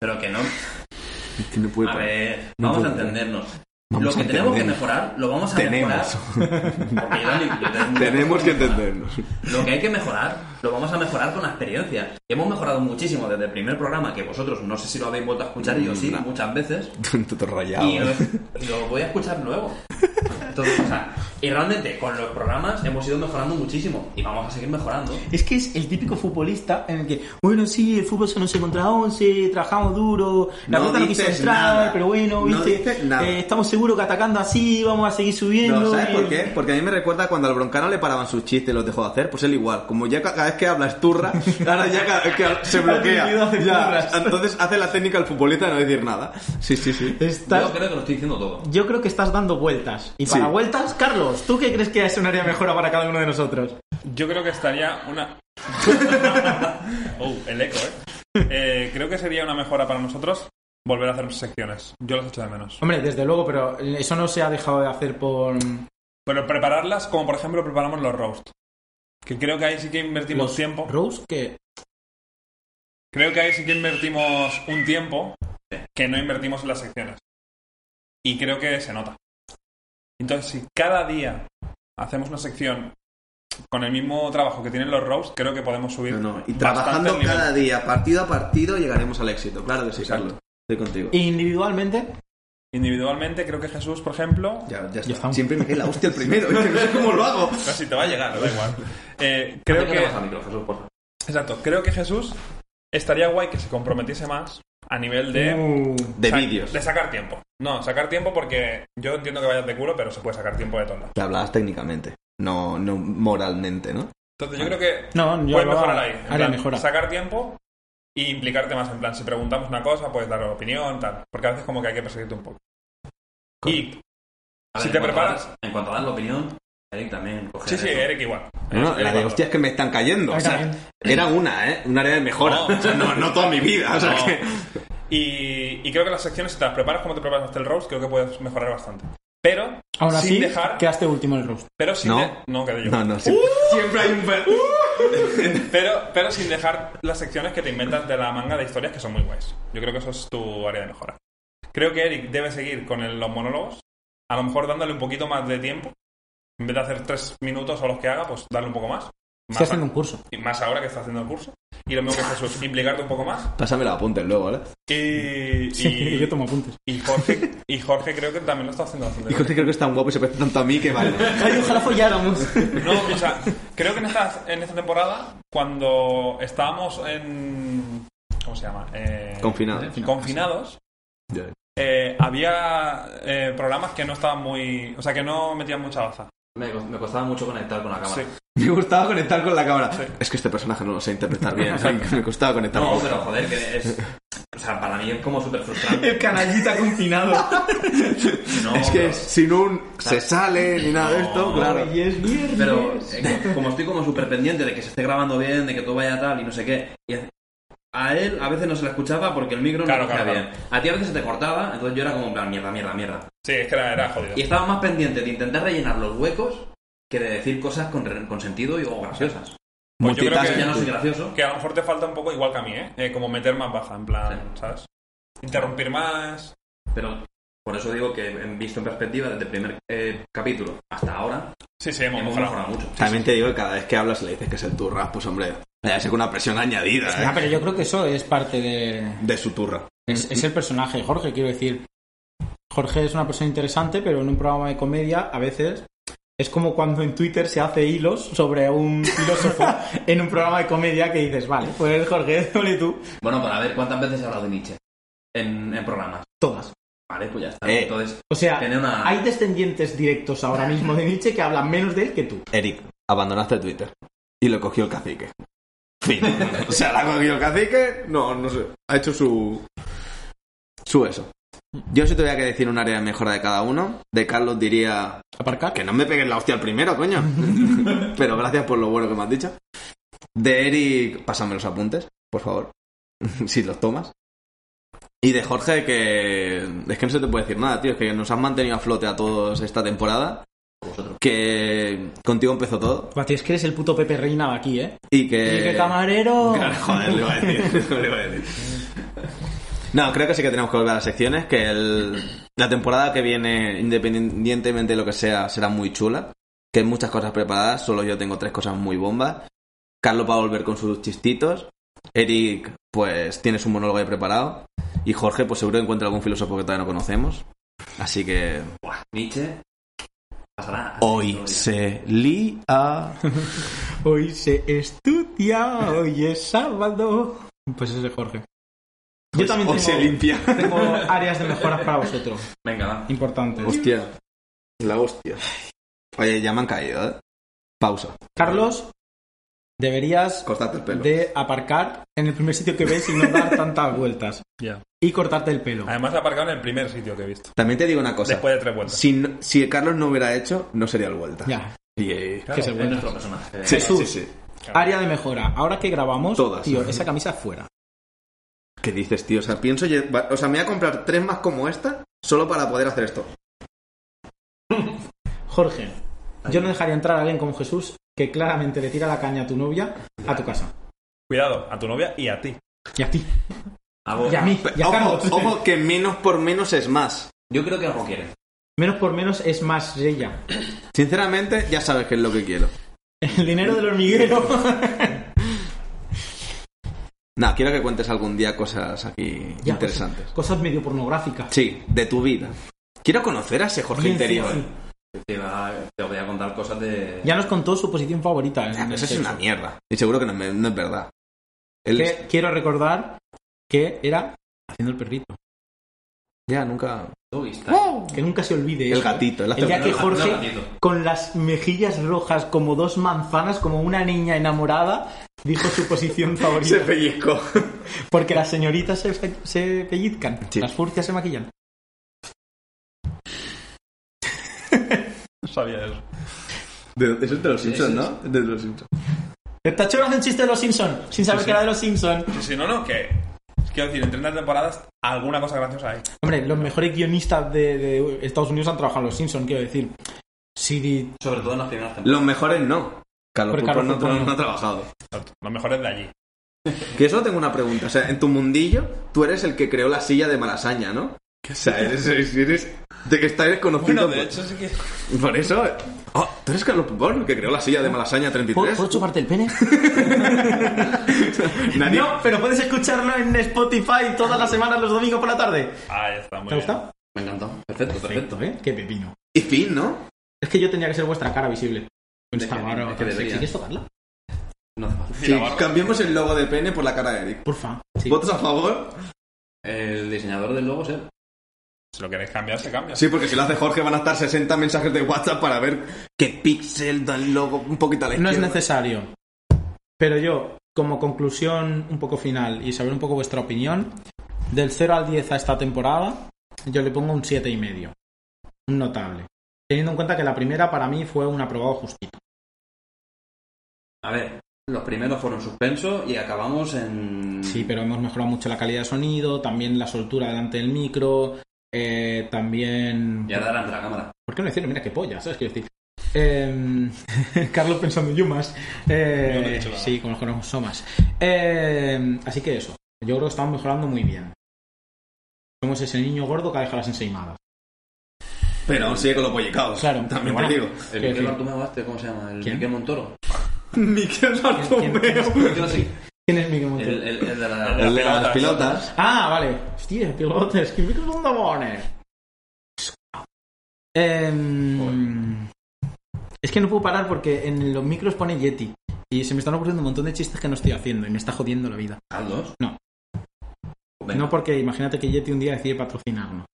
S1: Pero que no.
S3: Es que no puede
S1: A
S3: parar.
S1: ver,
S3: No
S1: vamos a
S3: puedo.
S1: entendernos.
S3: Vamos
S1: lo
S3: a
S1: que tenemos que
S3: entendernos.
S1: mejorar, lo vamos a
S3: Tenemos.
S1: mejorar. Porque yo también- yo tengo muchas
S3: Tenemos
S1: cosas
S3: que
S1: mejorar.
S3: entendernos.
S1: Lo que hay que mejorar, lo vamos a mejorar con la experiencia. Y hemos mejorado muchísimo desde el primer programa, que vosotros no sé si lo habéis vuelto a escuchar, y yo sí,
S3: No.
S1: muchas veces.
S3: Tú todo rayado.
S1: Y lo,
S3: ¿eh?
S1: y lo voy a escuchar luego. Entonces, o sea, y realmente con los programas hemos ido mejorando muchísimo y vamos a seguir mejorando.
S2: Es que es el típico futbolista en el que, bueno, sí, el fútbol se nos contra 11, trabajamos duro, la
S3: No
S2: pelota no quiso
S3: dices
S2: entrar,
S3: nada.
S2: pero bueno,
S3: No
S2: viste,
S3: dices nada.
S2: eh, estamos seguros que atacando así vamos a seguir subiendo. Eh,
S3: No, ¿sabes
S2: y-
S3: por qué? Porque a mí me recuerda cuando al broncano le paraban sus chistes y los dejó de hacer, pues él igual. Como ya ca- cada vez que habla es turra, ahora ya cada vez que habla- se
S2: aprendido a
S3: bloquea.
S2: hacer
S3: Ya,
S2: turras.
S3: entonces hace la técnica al futbolista de no decir nada. Sí, sí, sí.
S2: Estás-
S1: Yo creo que lo estoy diciendo todo.
S2: yo creo que estás dando vueltas. Y
S3: Sí.
S2: para vueltas, Carlos, ¿tú qué crees que es un área mejora para cada uno de nosotros?
S4: Yo creo que estaría una. oh, el eco, ¿eh? Eh, Creo que sería una mejora para nosotros volver a hacer secciones. Yo las echo de menos.
S2: Hombre, desde luego, pero eso no se ha dejado de hacer por...
S4: Pero prepararlas, como por ejemplo preparamos los roast. Que creo que ahí sí que invertimos
S2: los
S4: tiempo.
S2: Rose, que...
S4: Creo que ahí sí que invertimos un tiempo que no invertimos en las secciones. Y creo que se nota. Entonces, si cada día hacemos una sección con el mismo trabajo que tienen los roasts, creo que podemos subir.
S3: No, no. Y
S4: bastante
S3: trabajando
S4: el nivel.
S3: cada día, partido a partido, llegaremos al éxito. Claro que sí,
S4: Exacto.
S3: Carlos. Estoy contigo.
S2: Individualmente,
S4: Individualmente, creo que Jesús, por ejemplo,
S3: Ya, ya está.
S2: Ya estamos.
S3: Siempre me cae la hostia el primero. Es que no sé cómo lo hago.
S4: casi te va a llegar, da igual. Eh, creo que,
S1: Acércate más al micro, Jesús, por favor.
S4: exacto, creo que Jesús estaría guay que se comprometiese más a nivel de
S2: Uh,
S3: De
S4: sa-
S3: vídeos.
S4: De sacar tiempo. No, sacar tiempo porque yo entiendo que vayas de culo, pero se puede sacar tiempo de todos lados.
S3: Que hablabas técnicamente, no, no moralmente, ¿no?
S4: Entonces yo creo que
S2: No, yo
S4: puedes
S2: hablaba
S4: mejorar ahí. En
S2: área
S4: plan,
S2: mejora.
S4: Sacar tiempo y implicarte más. En plan, si preguntamos una cosa, puedes dar opinión, tal. Porque a veces como que hay que perseguirte un poco. Y
S1: A
S4: Si
S1: en
S4: te
S1: cuanto
S4: preparas-
S1: a- en cuanto a dar la opinión, Eric también coge.
S4: sí, eh, sí,
S1: eso.
S4: Eric igual.
S3: No, no,
S4: Eric
S3: la de
S4: igual.
S3: hostias que me están cayendo.
S2: Ahí
S3: o sea,
S2: también.
S3: era una, ¿eh? Un área de mejora.
S4: No.
S3: O sea, No, no toda mi vida. O sea,
S4: No.
S3: que-
S4: Y, y creo que las secciones, si te las preparas como te preparas hasta el roast, creo que puedes mejorar bastante. Pero,
S2: Aún así,
S4: sin dejar...
S2: quedaste último en el roast.
S4: Pero sin
S3: No.
S4: de- no, quedé yo.
S3: No, no, siempre,
S4: Uh.
S3: siempre hay un... per-
S4: Pero, pero sin dejar las secciones que te inventas de la manga de historias que son muy guays. Yo creo que eso es tu área de mejora. Creo que Eric debe seguir con el- los monólogos, a lo mejor dándole un poquito más de tiempo. En vez de hacer tres minutos o los que haga, pues darle un poco más. Más,
S2: Estoy haciendo un curso.
S4: y más ahora que está haciendo el curso. Y lo mismo que Jesús, implicarte un poco más.
S3: Pásame la apuntes luego, ¿vale?
S4: Y,
S2: Sí,
S4: y-
S2: yo tomo apuntes.
S4: y Jorge, y Jorge creo que también lo está haciendo bastante
S3: Hijo, es
S4: bien.
S3: que creo que es tan guapo y se parece tanto a mí que vale.
S2: Ay, ojalá folláramos.
S4: No, o sea, creo que en esta, en esta temporada, cuando estábamos en... ¿Cómo se llama? Eh,
S3: Confinado.
S4: confinados,
S3: Ya.
S4: eh, había eh, programas que no estaban muy. O sea, que no metían mucha baza.
S1: Me, co- me costaba mucho conectar con la cámara.
S4: Sí.
S3: Me gustaba conectar con la cámara. Es que este personaje no lo sé interpretar bien. o sea, que me costaba conectar
S1: No,
S3: con la
S1: pero
S3: cámara.
S1: joder, que es. O sea, para mí es como súper frustrante.
S2: El canallita confinado.
S1: No,
S3: Es que
S1: pero-
S3: sin un se sale ni nada de esto,
S1: No.
S3: claro.
S2: Y es viernes.
S1: Pero eh, como estoy como súper pendiente de que se esté grabando bien, de que todo vaya tal y no sé qué. y a- a él a veces no se le escuchaba porque el micro
S4: Claro,
S1: no lo hacía
S4: claro,
S1: bien. A ti a veces se te cortaba, entonces yo era como en plan mierda, mierda, mierda.
S4: Sí, es que era, era jodido.
S1: Y estaba más pendiente de intentar rellenar los huecos que de decir cosas con, re- con sentido y o graciosas.
S4: Pues yo creo
S1: Ya
S3: multitasking.
S4: que,
S1: no soy gracioso.
S4: que a lo mejor te falta un poco igual que a mí, ¿eh? Eh, como meter más baza, en plan, ¿sabes? Interrumpir más.
S1: Pero por eso digo que en- visto en perspectiva desde el primer eh, capítulo hasta ahora,
S4: Sí, sí, hemos
S1: hemos
S4: mejorado.
S1: mejorado mucho.
S3: También te digo que cada vez que hablas le dices que es el turra, pues hombre, le es una presión añadida ¿eh?
S2: Ya, pero yo creo que eso es parte de.
S3: de su turra.
S2: Es, es el personaje, Jorge, quiero decir. Jorge es una persona interesante, pero en un programa de comedia a veces es como cuando en Twitter se hace hilos sobre un filósofo en un programa de comedia que dices, vale, pues Jorge, ole tú.
S1: Bueno, para ver cuántas veces he hablado de Nietzsche en, en programas.
S2: Todas.
S1: Vale, pues ya está.
S3: Eh.
S1: Entonces,
S2: O sea,
S1: tiene una...
S2: hay descendientes directos ahora mismo de Nietzsche que hablan menos de él que tú.
S3: Eric, abandonaste Twitter y lo cogió el cacique. Fin. o sea, la cogió el cacique, no, no sé. Ha hecho su. su eso. Yo si tuviera que decir un área de mejora de cada uno, de Carlos diría
S2: Aparcar.
S3: Ah, que no me pegues la hostia al primero, coño. Pero gracias por lo bueno que me has dicho. De Eric, pásame los apuntes, por favor. si los tomas. Y de Jorge, que. Es que no se te puede decir nada, tío. Es que nos has mantenido a flote a todos esta temporada. Que contigo empezó todo.
S2: Buah, tío, es que eres el puto Pepe Reina de aquí, ¿eh?
S3: Y que.
S2: Y que camarero.
S3: Claro, joder, le iba a decir. le iba a decir. No, creo que sí que tenemos que volver a las secciones, que el- la temporada que viene, independientemente de lo que sea, será muy chula, que hay muchas cosas preparadas, solo yo tengo tres cosas muy bombas. Carlos va a volver con sus chistitos, Eric pues tiene su monólogo ahí preparado, y Jorge pues seguro encuentra algún filósofo que todavía no conocemos. Así que
S1: Buah, Nietzsche pasará.
S3: hoy se lía...
S2: Hoy se estudia, hoy es sábado. Pues ese es Jorge. Yo también
S3: Hoy
S2: tengo,
S3: se limpia.
S2: tengo áreas de mejoras para vosotros,
S1: Venga, va.
S2: importantes.
S3: Hostia. La hostia. Oye, ya me han caído, ¿eh? Pausa.
S2: Carlos, deberías
S3: Cortate el pelo.
S2: de aparcar en el primer sitio que ves y no dar tantas vueltas.
S4: Ya.
S2: Y cortarte el pelo.
S3: Ah,
S4: Además, la he aparcado en el primer sitio que he visto.
S3: También te digo una cosa.
S4: Después de tres vueltas.
S3: Si, no- si Carlos no hubiera hecho, no sería el vuelta.
S2: Ya,
S3: Y, eh,
S4: Claro.
S2: que se
S1: Es
S2: vuelva.
S1: nuestro personaje.
S3: Sí,
S2: Jesús.
S3: sí, sí.
S4: Claro.
S2: Área de mejora. Ahora que grabamos,
S3: Todas.
S2: tío, esa camisa fuera.
S3: ¿Qué dices, tío? O sea, pienso... lle- va- O sea, me voy a comprar tres más como esta solo para poder hacer esto.
S2: Jorge, yo no dejaría entrar a alguien como Jesús que claramente le tira la caña a tu novia a tu casa.
S4: Cuidado, a tu novia y a ti.
S2: Y a ti.
S1: A vos.
S2: Y a mí. Y a
S3: ojo,
S2: Carlos.
S3: ojo, que menos por menos es más.
S1: Yo creo que algo quiere.
S2: Menos por menos es más ella.
S3: Sinceramente, ya sabes qué es lo que quiero.
S2: El dinero del hormiguero.
S3: Nada, quiero que cuentes algún día cosas aquí
S2: Ya, pues
S3: interesantes.
S2: Cosas medio pornográficas.
S3: Sí, de tu vida. Quiero conocer a ese Jorge
S2: Bien,
S3: interior.
S2: sí, sí.
S1: Te, va- te voy a contar cosas de.
S2: Ya nos contó su posición favorita. en
S3: Ah, pero
S2: el
S3: eso es
S2: sexo.
S3: una mierda. Y seguro que no, me- no es verdad. Él es-
S2: Que quiero recordar que era haciendo el perrito.
S3: Ya, nunca...
S1: Uy, está-
S2: Que nunca se olvide
S3: El
S2: eso.
S3: gatito. él hace-
S2: El día que
S1: No,
S2: Jorge,
S1: no, gatito.
S2: con las mejillas rojas como dos manzanas, como una niña enamorada, dijo su posición
S3: Se
S2: favorita.
S3: pellizcó.
S2: Porque las señoritas se, fe- se pellizcan,
S3: Sí.
S2: las furcias se maquillan.
S4: No sabía eso.
S3: De- eso es de los Simpsons,
S1: Sí, sí,
S3: ¿no? De los Simpsons.
S2: El tachón hace un chiste de los Simpson, sin saber
S4: Sí, sí.
S2: que era de los Simpson.
S4: Y si no, no, que. Quiero decir, en 30 temporadas, alguna cosa graciosa hay.
S2: Hombre, los mejores guionistas de, de Estados Unidos han trabajado en los Simpson, quiero decir. Si
S1: Sobre todo en las primeras temporadas.
S3: Los mejores no. Carlos
S2: Porque
S3: Pulpo
S2: Carlos
S3: no,
S2: Pulpo
S3: no
S2: no.
S3: ha trabajado.
S4: Exacto. Lo mejor es de allí.
S3: Que eso tengo una pregunta. O sea, en tu mundillo, tú eres el que creó la silla de Malasaña, ¿no? O sea, eres, eres, eres- de que estás
S4: Bueno,
S3: conocido
S4: de hecho, sí que.
S3: por, por eso. Ah, tú eres Carlos Pulpo el que creó la silla de Malasaña 33.
S2: chuparte el pene?
S3: Nadie-
S2: pues, No, pero puedes escucharlo en Spotify todas las semanas los domingos por la tarde.
S4: Ahí Ah, está, muy
S2: ¿Te ha
S4: bien.
S2: gustado?
S1: Me encantó. Perfecto, perfecto.
S2: ¿Eh? Qué pepino.
S3: Y fin, ¿no?
S2: Es que yo tenía que ser vuestra cara visible. Con
S1: De
S2: esta
S1: que-
S2: barba
S1: de que
S2: tan sexy.
S1: debería.
S2: ¿Quieres tocarla?
S1: No hace falta.
S4: Y la
S3: Sí,
S4: barba.
S3: cambiemos el logo del pene por la cara de Eric.
S2: Porfa. Sí.
S3: ¿Votos a favor?
S1: El diseñador del logo es él.
S4: Si lo queréis cambiar, se cambia.
S3: Sí, porque si lo hace Jorge van a estar 60 mensajes de WhatsApp para ver qué pixel da el logo un poquito a la
S2: No es
S3: izquierda.
S2: necesario. Pero yo, como conclusión un poco final y saber un poco vuestra opinión, Del 0 al 10 a esta temporada, yo le pongo un 7,5. Un notable. Teniendo en cuenta que la primera para mí fue un aprobado justito.
S1: A ver, los primeros fueron suspenso y acabamos en.
S2: Sí, pero hemos mejorado mucho la calidad de sonido, también la soltura delante del micro, eh, también...
S1: Y ahora delante de la cámara.
S2: ¿Por qué no decirlo? Mira qué polla, ¿sabes qué decir? Em, Carlos pensando en Yumas. Eh,
S4: Yo no he dicho nada.
S2: sí, como los somas. Eh, así que eso. Yo creo que estamos mejorando muy bien. Somos ese niño gordo que ha dejado las enseimadas.
S3: Pero aún sigue con los pollicaos.
S2: Claro.
S3: También
S2: Bueno.
S3: te digo.
S1: El
S2: ¿Qué
S1: Miguel
S2: decir?
S1: Bartomeu este, ¿cómo se llama? El
S2: ¿Quién?
S1: Miguel Montoro.
S3: Miquel Bartomeu.
S1: Yo sí.
S2: ¿Quién es Miguel Montero?
S1: El, el- el de la.
S3: El de las
S4: Las
S3: pilotas.
S2: Ah, vale. Hostia, pilotes, que me son dobones. Em, es que no puedo parar porque en los micros pone Yeti. Y se me están ocurriendo un montón de chistes que no estoy haciendo y me está jodiendo la vida.
S1: Carlos.
S2: No.
S1: Venga.
S2: No porque imagínate que Yeti un día decide patrocinarnos.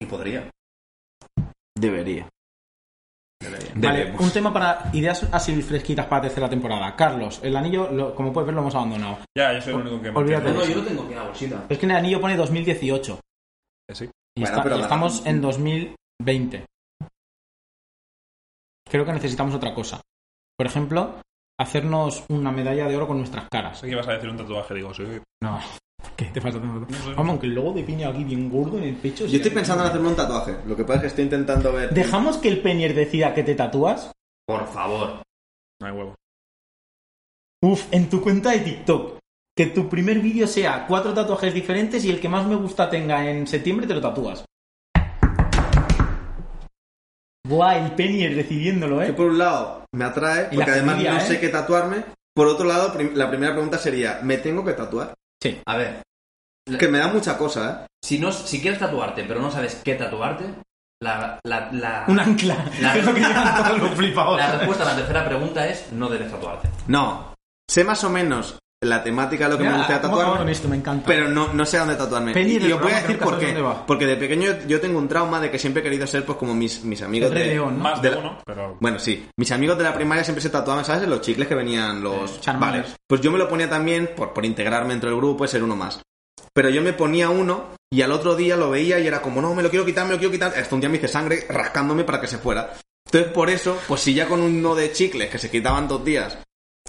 S1: Y podría.
S3: Debería.
S2: Vale, un tema para ideas así fresquitas para tercera temporada. Carlos, el anillo, lo- como puedes ver, lo hemos abandonado.
S4: Ya, yo soy el único que...
S2: Olvídate.
S1: No, no, yo lo tengo aquí en la bolsita.
S2: Pero es que en el anillo pone 2018.
S4: Que Eh, sí.
S2: Y,
S3: Bueno,
S2: está-
S3: pero
S2: y
S3: la-
S2: estamos en 2020. Creo que necesitamos otra cosa. Por ejemplo, hacernos una medalla de oro con nuestras caras.
S4: Sé que ibas a decir un tatuaje, digo, sí.
S2: No, ¿qué te pasa tanto?
S4: No sé.
S2: Vamos, que el logo de piña aquí bien gordo en el pecho.
S3: Yo estoy pensando en hacerme un tatuaje. Lo que pasa es que estoy intentando ver.
S2: ¿Dejamos que el Penier decida que te tatúas?
S1: Por favor.
S4: No hay huevo.
S2: Uf, en tu cuenta de TikTok. Que tu primer vídeo sea cuatro tatuajes diferentes y el que más me gusta tenga en septiembre te lo tatúas. Buah, el Penier decidiéndolo,
S3: Que
S2: ¿eh?
S3: por un lado me atrae,
S2: Y la
S3: porque además
S2: familia,
S3: no
S2: ¿eh?
S3: sé qué tatuarme. Por otro lado, prim- la primera pregunta sería: ¿me tengo que tatuar?
S1: A ver,
S3: Que me da mucha cosa, ¿eh?
S1: si, no, si quieres tatuarte, pero no sabes qué tatuarte, la, la, la,
S2: Un ancla.
S1: La-
S2: Es lo que llevan todos los flipados.
S1: la respuesta a la tercera pregunta es no debes tatuarte.
S3: No. Sé más o menos la temática de lo que me
S2: Mira,
S3: gustaría
S2: ¿cómo acabo con
S3: tatuarme.
S2: esto? Me encanta.
S3: Pero no, no sé a dónde tatuarme.
S2: Penny,
S3: y
S2: del
S3: y os voy a
S2: programa que
S3: decir
S2: nunca
S3: por
S2: sabes
S3: qué.
S2: dónde va.
S3: Porque de pequeño yo tengo un trauma de que siempre he querido ser pues como mis, mis amigos
S2: El Rey
S3: de...
S2: León, ¿no?
S4: Más de
S3: de-
S4: uno, pero...
S3: Bueno, sí. Mis amigos de la primaria siempre se tatuaban, ¿sabes? En los chicles que venían los...
S2: Eh, Charmander.
S3: Vale. Pues yo me lo ponía también por, por integrarme entre el grupo y ser uno más. Pero yo me ponía uno y al otro día lo veía y era como, no, me lo quiero quitar, me lo quiero quitar. Hasta un día me hice sangre rascándome para que se fuera. Entonces, por eso, pues si ya con uno de chicles que se quitaban dos días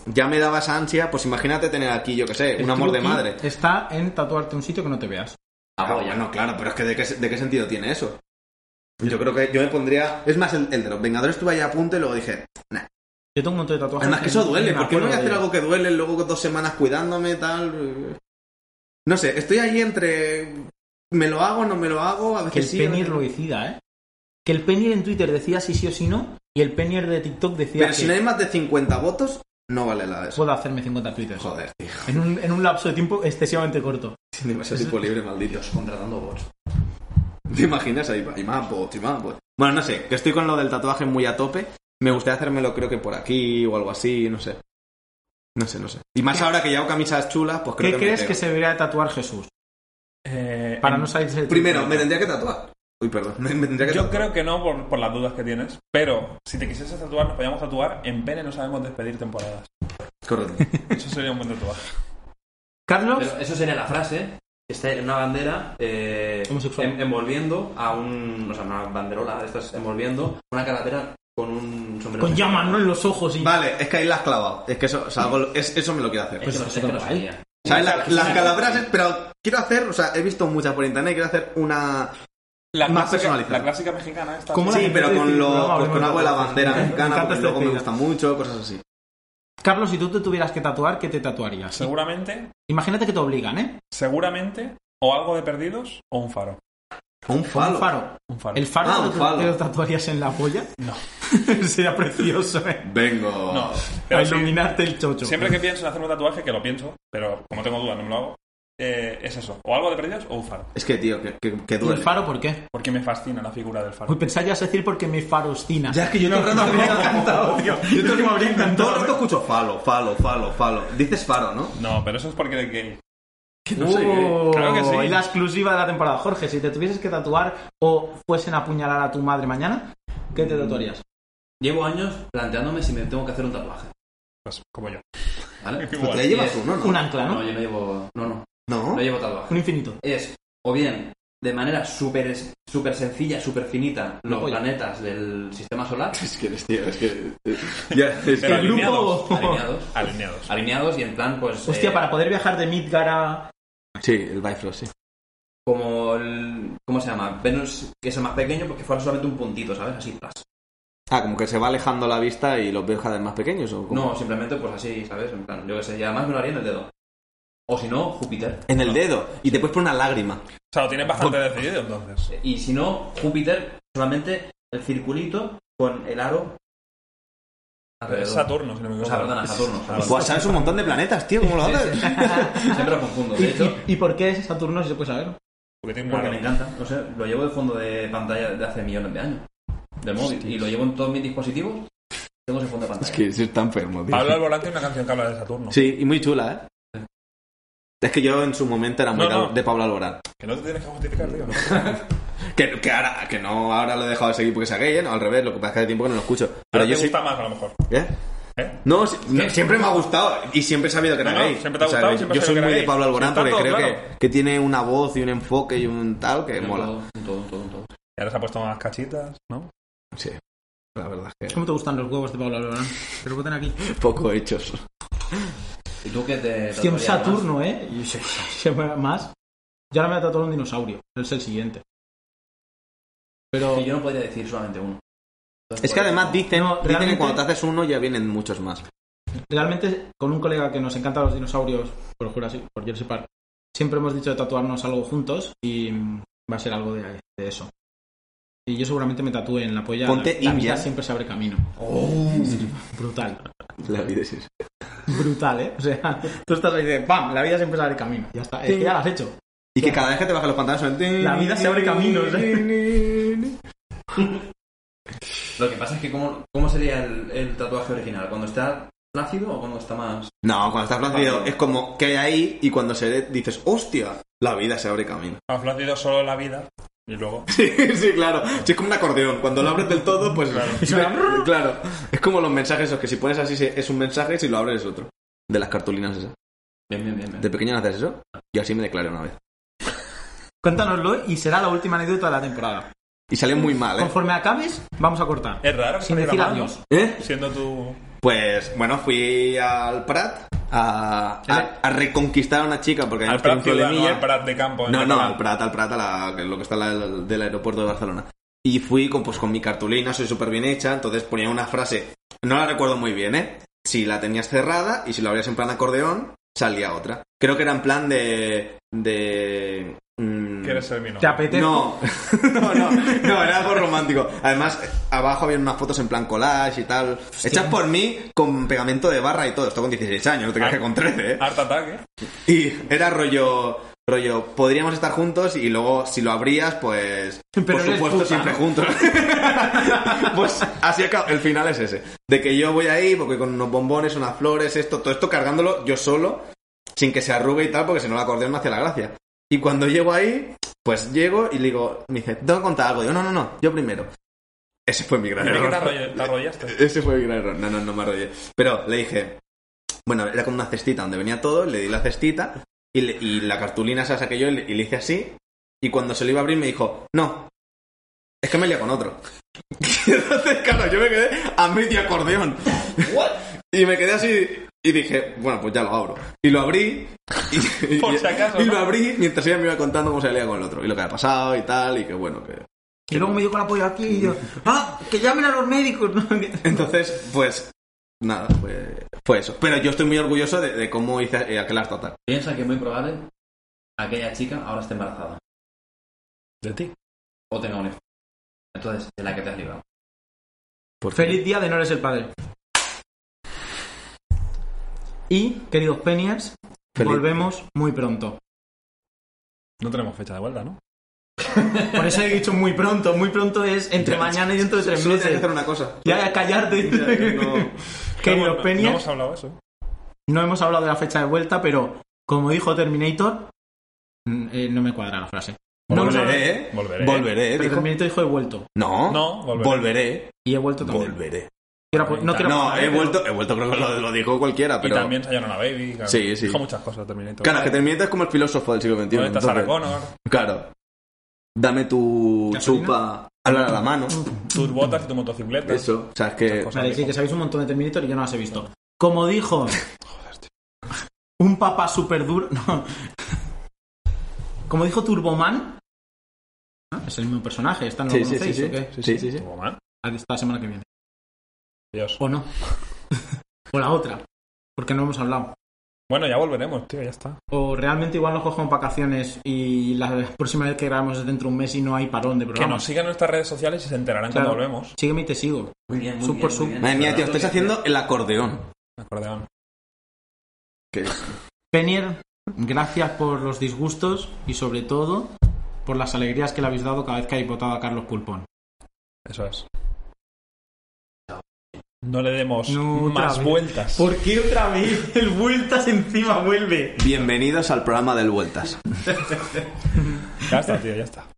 S3: ya me daba esa ansia, pues imagínate tener aquí, yo qué sé,
S2: El
S3: un amor de
S2: truqui
S3: madre.
S2: Está en tatuarte un sitio que no te veas.
S3: Ah, bueno, claro, pero es que ¿de qué, de qué sentido tiene eso? Yo creo que yo me pondría... Es más, el, el de los Vengadores estuve ahí a punto y luego dije,
S2: Yo tengo un montón de tatuajes.
S3: Además que eso duele,
S2: me
S3: ¿por qué no voy a
S2: acuerdo
S3: hacer
S2: de-
S3: algo que duele luego con dos semanas cuidándome, tal? No sé, estoy ahí entre... ¿Me lo hago, no me lo hago? A
S2: Que el
S3: veces sí, a
S2: Penir
S3: veces no.
S2: lo decida, ¿eh? Que el Penir en Twitter decía si sí o si no y el Penir de TikTok decía
S3: Pero
S2: que
S3: si no hay más de 50 votos, no vale la de eso.
S2: puedo hacerme 50 tweets.
S3: Joder, tío.
S2: En un, en un lapso de tiempo excesivamente corto.
S3: Sin demasiado tipo libre, maldito.
S1: Contratando bots.
S3: ¿Te imaginas? Ahí va, y más bots, y más bots. Bueno, no sé, que estoy con lo del tatuaje muy a tope. Me gustaría hacérmelo creo que por aquí o algo así, no sé. No sé, no sé. Y más ahora que llevo camisas chulas, pues creo
S2: ¿Qué
S3: que me
S2: crees
S3: pego.
S2: que se debería de tatuar Jesús?
S4: Eh,
S2: Para
S4: en-
S2: no salirse de
S3: Primero,
S2: TikTok.
S3: me tendría que tatuar. Uy, perdón. Me, me tendría que
S4: Yo
S3: tatuar.
S4: creo que no por, por las dudas que tienes, pero si te quisieses tatuar, nos podíamos tatuar en Pene no sabemos despedir temporadas.
S3: Correcto.
S4: Eso sería un buen tatuaje.
S2: Carlos,
S1: Pero eso sería la frase. que Está en una bandera eh,
S2: Homosexual.
S1: en- envolviendo a un. O sea, una banderola, estás envolviendo una carretera con un sombrero.
S2: con llamas ¿no? en los ojos y.
S3: Vale, es que ahí la has clavado. Es que eso, o sea, algo- es- eso me lo quiero hacer.
S1: Es que no- es que no sabía.
S3: ¿Sabes? La- las calabras, es- pero quiero hacer, o sea, he visto muchas por internet, quiero hacer una.
S4: La
S3: Más
S4: clásica-
S3: personalizada.
S4: La clásica mexicana esta.
S2: ¿Cómo la
S3: Sí,
S2: gente
S3: pero
S2: dice,
S3: con, lo,
S2: "No,
S3: pues, con
S2: no,
S3: algo de la
S2: no,
S3: bandera
S2: no, no, no,
S3: mexicana,
S2: no,
S3: porque
S2: no,
S3: luego me
S2: no,
S3: gusta mucho, cosas así.
S2: Carlos, si tú te tuvieras que tatuar, ¿qué te tatuarías?
S4: Seguramente,
S2: Imagínate que te obligan, ¿eh?
S4: seguramente, o algo de perdidos, o un faro.
S3: Un
S2: Un
S3: falo.
S2: faro.
S4: Un faro.
S2: ¿El faro,
S3: Ah,
S2: te-
S3: un faro.
S2: te lo tatuarías en la polla?
S4: No.
S2: Sería precioso, ¿eh?
S3: Vengo.
S4: No,
S2: A
S4: pero sí,
S2: iluminarte el chocho.
S4: siempre que pienso en hacer un tatuaje, que lo pienso, pero como tengo dudas, no me lo hago, eh, es eso. O algo de perdidos, o un faro.
S3: Es que, tío, que, que, que
S2: ¿Y el
S3: duele.
S2: faro por qué?
S4: Porque me fascina la figura del faro.
S2: Uy, pensaba que ibas a decir porque me faroscina.
S3: Ya es que yo todo el rato me habría encantado, tío. Yo todo,
S2: me habría
S3: todo
S2: encantado.
S3: el rato escucho falo, falo, falo, falo. Dices faro, ¿no?
S4: No, pero eso es porque... que-
S3: no soy gay.
S4: Claro que sí.
S2: Es la exclusiva de la temporada. Jorge, si te tuvieses que tatuar o fuesen a apuñalar a tu madre mañana, ¿qué te tatuarías?
S1: Llevo años planteándome si me tengo que hacer un tatuaje.
S4: pues, como yo.
S1: ¿Vale?
S3: Tú
S4: Igual.
S3: te llevas
S1: Sí, es-
S3: uno, ¿no?
S2: Un ancla,
S1: No,
S2: ¿no?
S1: yo no llevo. No, no.
S3: No.
S1: Lo llevo tatuado.
S2: Un infinito.
S1: Es, o bien, de manera súper es- súper sencilla, súper finita, los
S2: polla.
S1: planetas del sistema solar
S3: Es que eres, tío, es que. Ya, es
S4: Pero
S3: que-
S4: alineados.
S1: alineados.
S4: Alineados.
S1: Alineados y en plan, pues.
S2: Hostia,
S1: eh,
S2: para poder viajar de Midgar a.
S3: Sí, el Bifrost, sí.
S1: Como el. ¿Cómo se llama? Venus, que es el más pequeño, porque fuera solamente un puntito, ¿sabes? Así, plas.
S3: Ah, como que se va alejando la vista y los veo cada vez más pequeños. ¿o cómo?
S1: No, simplemente, pues así, ¿sabes? En plan, yo qué sé, y además me lo haría en el dedo. O si no, Júpiter.
S3: En el dedo. Y te puedes poner una lágrima.
S4: O sea, lo tienes bastante decidido entonces.
S1: Y si no, Júpiter, solamente el circulito con el aro. alrededor.
S4: Saturno, si no me
S1: O
S4: equivoco.
S1: sea, perdona, Saturno.
S4: Ah, vale.
S3: Buah, sabes un montón de planetas, tío. ¿Cómo lo
S1: Sí, sí,
S3: haces?
S1: sí. Siempre lo confundo.
S2: ¿Y,
S1: De hecho,
S2: y- y por qué es Saturno si se puede saber?
S4: Porque tiene un
S1: porque
S4: aro.
S1: me encanta. No sé, lo llevo de fondo de pantalla de hace millones de años. Del móvil. Y lo llevo en todos mis dispositivos. Tengo ese fondo de pantalla.
S3: sí, está enfermo,
S4: Pablo al volante una canción que habla de Saturno.
S3: Sí, y muy chula, ¿eh? Es que yo en su momento era muy
S4: No, no.
S3: cal- de Pablo Alborán.
S4: Que no te tienes que justificar, tío. ¿no?
S3: Que, que ahora, que no, ahora lo he dejado de seguir porque sea gay, ¿eh? No, al revés, lo que pasa es que hace tiempo que no lo escucho. Pero
S4: Ahora
S3: yo
S4: te
S3: sí.
S4: gusta más, a lo mejor.
S3: ¿Eh?
S4: ¿Eh?
S3: No, si- no, siempre me ha gustado y siempre he sabido que era
S4: No, no,
S3: gay.
S4: siempre te ha
S3: O sea,
S4: gustado, siempre
S3: yo
S4: has
S3: soy
S4: sabido que
S3: muy
S4: era
S3: de
S4: gay.
S3: Pablo Alborán
S4: Está
S3: porque
S4: todo
S3: creo
S4: claro.
S3: que, que tiene una voz y un enfoque y un tal que
S1: En
S3: mola.
S1: todo, en todo, en todo, en todo.
S4: Y ahora se ha puesto más cachitas, ¿no?
S3: Sí, la verdad es
S2: ¿Cómo te gustan los huevos de Pablo Alborán? Te lo botan aquí.
S3: que poco hechos.
S1: ¿Y tú qué te.?
S2: Hostia, un
S1: tatuarías
S2: Saturno, ¿eh? Y se, se mueve más. Yo ahora me voy a tatuar un dinosaurio. Es el siguiente.
S1: más?
S2: Pero.
S1: Que yo no podría decir solamente uno. Entonces, pues,
S3: Es que
S1: por-
S3: además dicen,
S2: No,
S3: dicen
S2: realmente-
S3: que cuando te haces uno ya vienen muchos más.
S2: Realmente, con un colega que nos encanta los dinosaurios, por Jurassic, por Jurassic Park, siempre hemos dicho de tatuarnos algo juntos y mm, va a ser algo de, de eso. Y yo seguramente me tatúe en la polla.
S3: Ponte
S2: la
S3: India. Oh.
S2: vida siempre se abre camino. Brutal.
S3: La vida es eso.
S2: Brutal, ¿eh? O sea, tú estás ahí de ¡pam! La vida siempre se abre camino. Ya está.
S3: eh.
S2: Es que ya lo has hecho.
S3: Y que cada vez que te bajas los pantalones son-
S2: La vida se abre caminos,
S4: ¿eh?
S1: Lo que pasa es que, ¿cómo, cómo sería el, el tatuaje original? ¿Cuando está plácido o cuando está más.?
S3: No, cuando estás plácido es como que hay ahí y cuando se ve, dices, hostia, la vida se abre camino.
S4: Ha flácido solo la vida. Y luego.
S3: Sí, sí, claro. Sí, es como un acordeón. Cuando lo abres del todo, pues.
S4: Claro.
S3: Sí, claro. Es como los mensajes esos que si pones así se- es un mensaje y si lo abres es otro. De las cartulinas esas.
S1: Bien, bien, bien. bien.
S3: De pequeño no haces eso. Yo así me declaré una vez.
S2: Cuéntanoslo y será la última anécdota de la temporada.
S3: Y salió muy mal, ¿eh?
S2: Conforme acabes, vamos a cortar.
S4: Es raro que
S2: Sin
S4: te
S2: decir
S4: diera mal,
S2: adiós.
S3: ¿Eh?
S4: Siendo tu.
S3: Pues bueno, fui al Prat a, a- a reconquistar a una chica porque
S4: Al
S3: habíamos
S4: Prat
S3: tenido un
S4: ciudad, no
S3: problemilla.
S4: al Prat de campo. en
S3: No, no,
S4: Catalán.
S3: al Prat, al Prat, a la- que es lo que está la- del aeropuerto de Barcelona. Y fui con, pues, con mi cartulina, soy súper bien hecha, entonces ponía una frase, no la recuerdo muy bien, ¿eh? Si la tenías cerrada y si la abrías en plan acordeón, salía otra. Creo que era en plan de... de... mm,
S4: Quieres ser mi novio.
S2: ¿Te apetece?
S3: no, no, no, no, era algo romántico. Además, eh, abajo había unas fotos en plan collage y tal. Hechas por mí con pegamento de barra y todo. Esto con 16 años, no te creas que con 13, ¿eh?
S4: Art Attack, ¿eh?
S3: Y era rollo, rollo, podríamos estar juntos y luego si lo abrías, pues...
S2: Pero
S3: por
S2: eres
S3: supuesto,
S2: puta,
S3: siempre
S2: ¿no?
S3: juntos. pues así acaba. El final es ese. De que yo voy ahí, porque con unos bombones, unas flores, esto, todo esto cargándolo yo solo, sin que se arrugue y tal, porque si no la acordeón me hace la gracia. Y cuando llego ahí, pues llego y le digo, me dice, tengo que contar algo. Digo, no, no, no, yo primero. Ese fue mi gran
S4: Mira que te,
S3: error.
S4: arrolla- te arrollaste.
S3: E-, Ese fue mi gran error. No, no, no me arrollé. Pero le dije, bueno, era como una cestita donde venía todo, le di la cestita y, le- y la cartulina se la saqué yo y le, y le hice así. Y cuando se lo iba a abrir me dijo, no, es que me lié con otro. Y Entonces, claro, yo me quedé a medio acordeón. Y me quedé así y dije, bueno, pues ya lo abro. Y lo abrí. Y, y-
S4: Por si acaso,
S3: y lo
S4: ¿no?
S3: abrí mientras ella me iba contando cómo se había con el otro. Y lo que había pasado y tal, y que bueno, que
S2: Y luego me dio con la polla aquí y yo, ¡ah! ¡Que llamen a los médicos! ¿no? Que-
S3: Entonces, pues nada, fue, fue eso. Pero yo estoy muy orgulloso de, de cómo hice eh, aquel Art Attack.
S1: Piensa que es muy probable aquella chica ahora esté embarazada
S4: ¿De ti?
S1: o tenga un hijo. Entonces, de la que te has librado.
S2: Feliz día de no eres el padre. Y, queridos Penias,
S3: Feliz-
S2: volvemos muy pronto.
S4: No tenemos fecha de vuelta, ¿no?
S2: Por eso he dicho muy pronto. Muy pronto es entre
S3: Ya,
S2: mañana y dentro de tres
S3: Solo tienes que
S2: meses.
S3: hacer una cosa.
S2: Ya, ya, callarte.
S3: No-
S2: Queridos
S4: no, no
S2: Penias,
S4: hemos hablado de eso.
S2: no hemos hablado de la fecha de vuelta, pero como dijo Terminator, mm, eh, no me cuadra la frase. No hemos hablado-
S3: volveré, ¿eh?
S4: Volveré.
S3: Volveré,
S2: pero
S3: dijo.
S2: Terminator dijo he vuelto.
S3: No,
S4: No, volveré.
S3: volveré,
S2: Y he vuelto también.
S3: volveré.
S2: quiero apo- no quiero
S3: No,
S2: apostar,
S3: he
S2: pero-
S3: vuelto, he vuelto, creo que lo, lo dijo cualquiera,
S4: Y
S3: pero.
S4: también Sayonara Baby. Claro.
S3: Sí, sí.
S4: Dijo muchas cosas Terminator.
S3: Claro, es que te mientes como el filósofo del siglo XXI.
S4: ¿Dónde está Sarah
S3: entonces-
S4: Connor?
S3: Claro. Dame tu
S2: ¿Gasolina?
S3: chupa, hablar a la mano.
S2: Mm,
S4: Tus botas y tu motocicleta.
S3: Eso. O sea, es
S4: Esas
S3: que.
S4: cosas.
S2: Vale, sí, que sabéis un montón de Terminator y yo no las he visto. Como dijo un papá super duro. No. Como dijo Turboman. Ah, es el mismo personaje, ¿esta no lo
S3: Sí, sí, sí.
S2: conocéis
S3: Sí,
S2: o qué? Ah,
S3: sí, sí, sí.
S4: Estuvo mal.
S2: Esta semana que viene.
S4: Dios.
S2: O no. o la otra. Porque no hemos hablado.
S4: Bueno, ya volveremos, tío, ya está.
S2: O realmente igual nos cogemos vacaciones y la próxima vez que grabamos es dentro de un mes y no hay parón de
S4: Que
S2: programa.
S4: nos sigan en nuestras redes sociales y se enterarán
S2: Claro.
S4: cuando volvemos.
S2: Sígueme y te sigo.
S1: Muy bien, muy
S2: Sub
S1: bien.
S2: por
S1: muy
S2: sub.
S1: bien.
S3: Madre mía, tío, estáis haciendo el acordeón.
S4: Acordeón.
S3: Que-
S2: Penier, gracias por los disgustos y sobre todo por las alegrías que le habéis dado cada vez que habéis votado a Carlos Pulpón.
S4: Eso es. No le demos
S2: No, otra
S4: más
S2: vez.
S4: vueltas.
S2: qué otra vez? El vueltas encima vuelve.
S3: Bienvenidos al programa del Vueltas.
S4: Ya está, tío, ya está.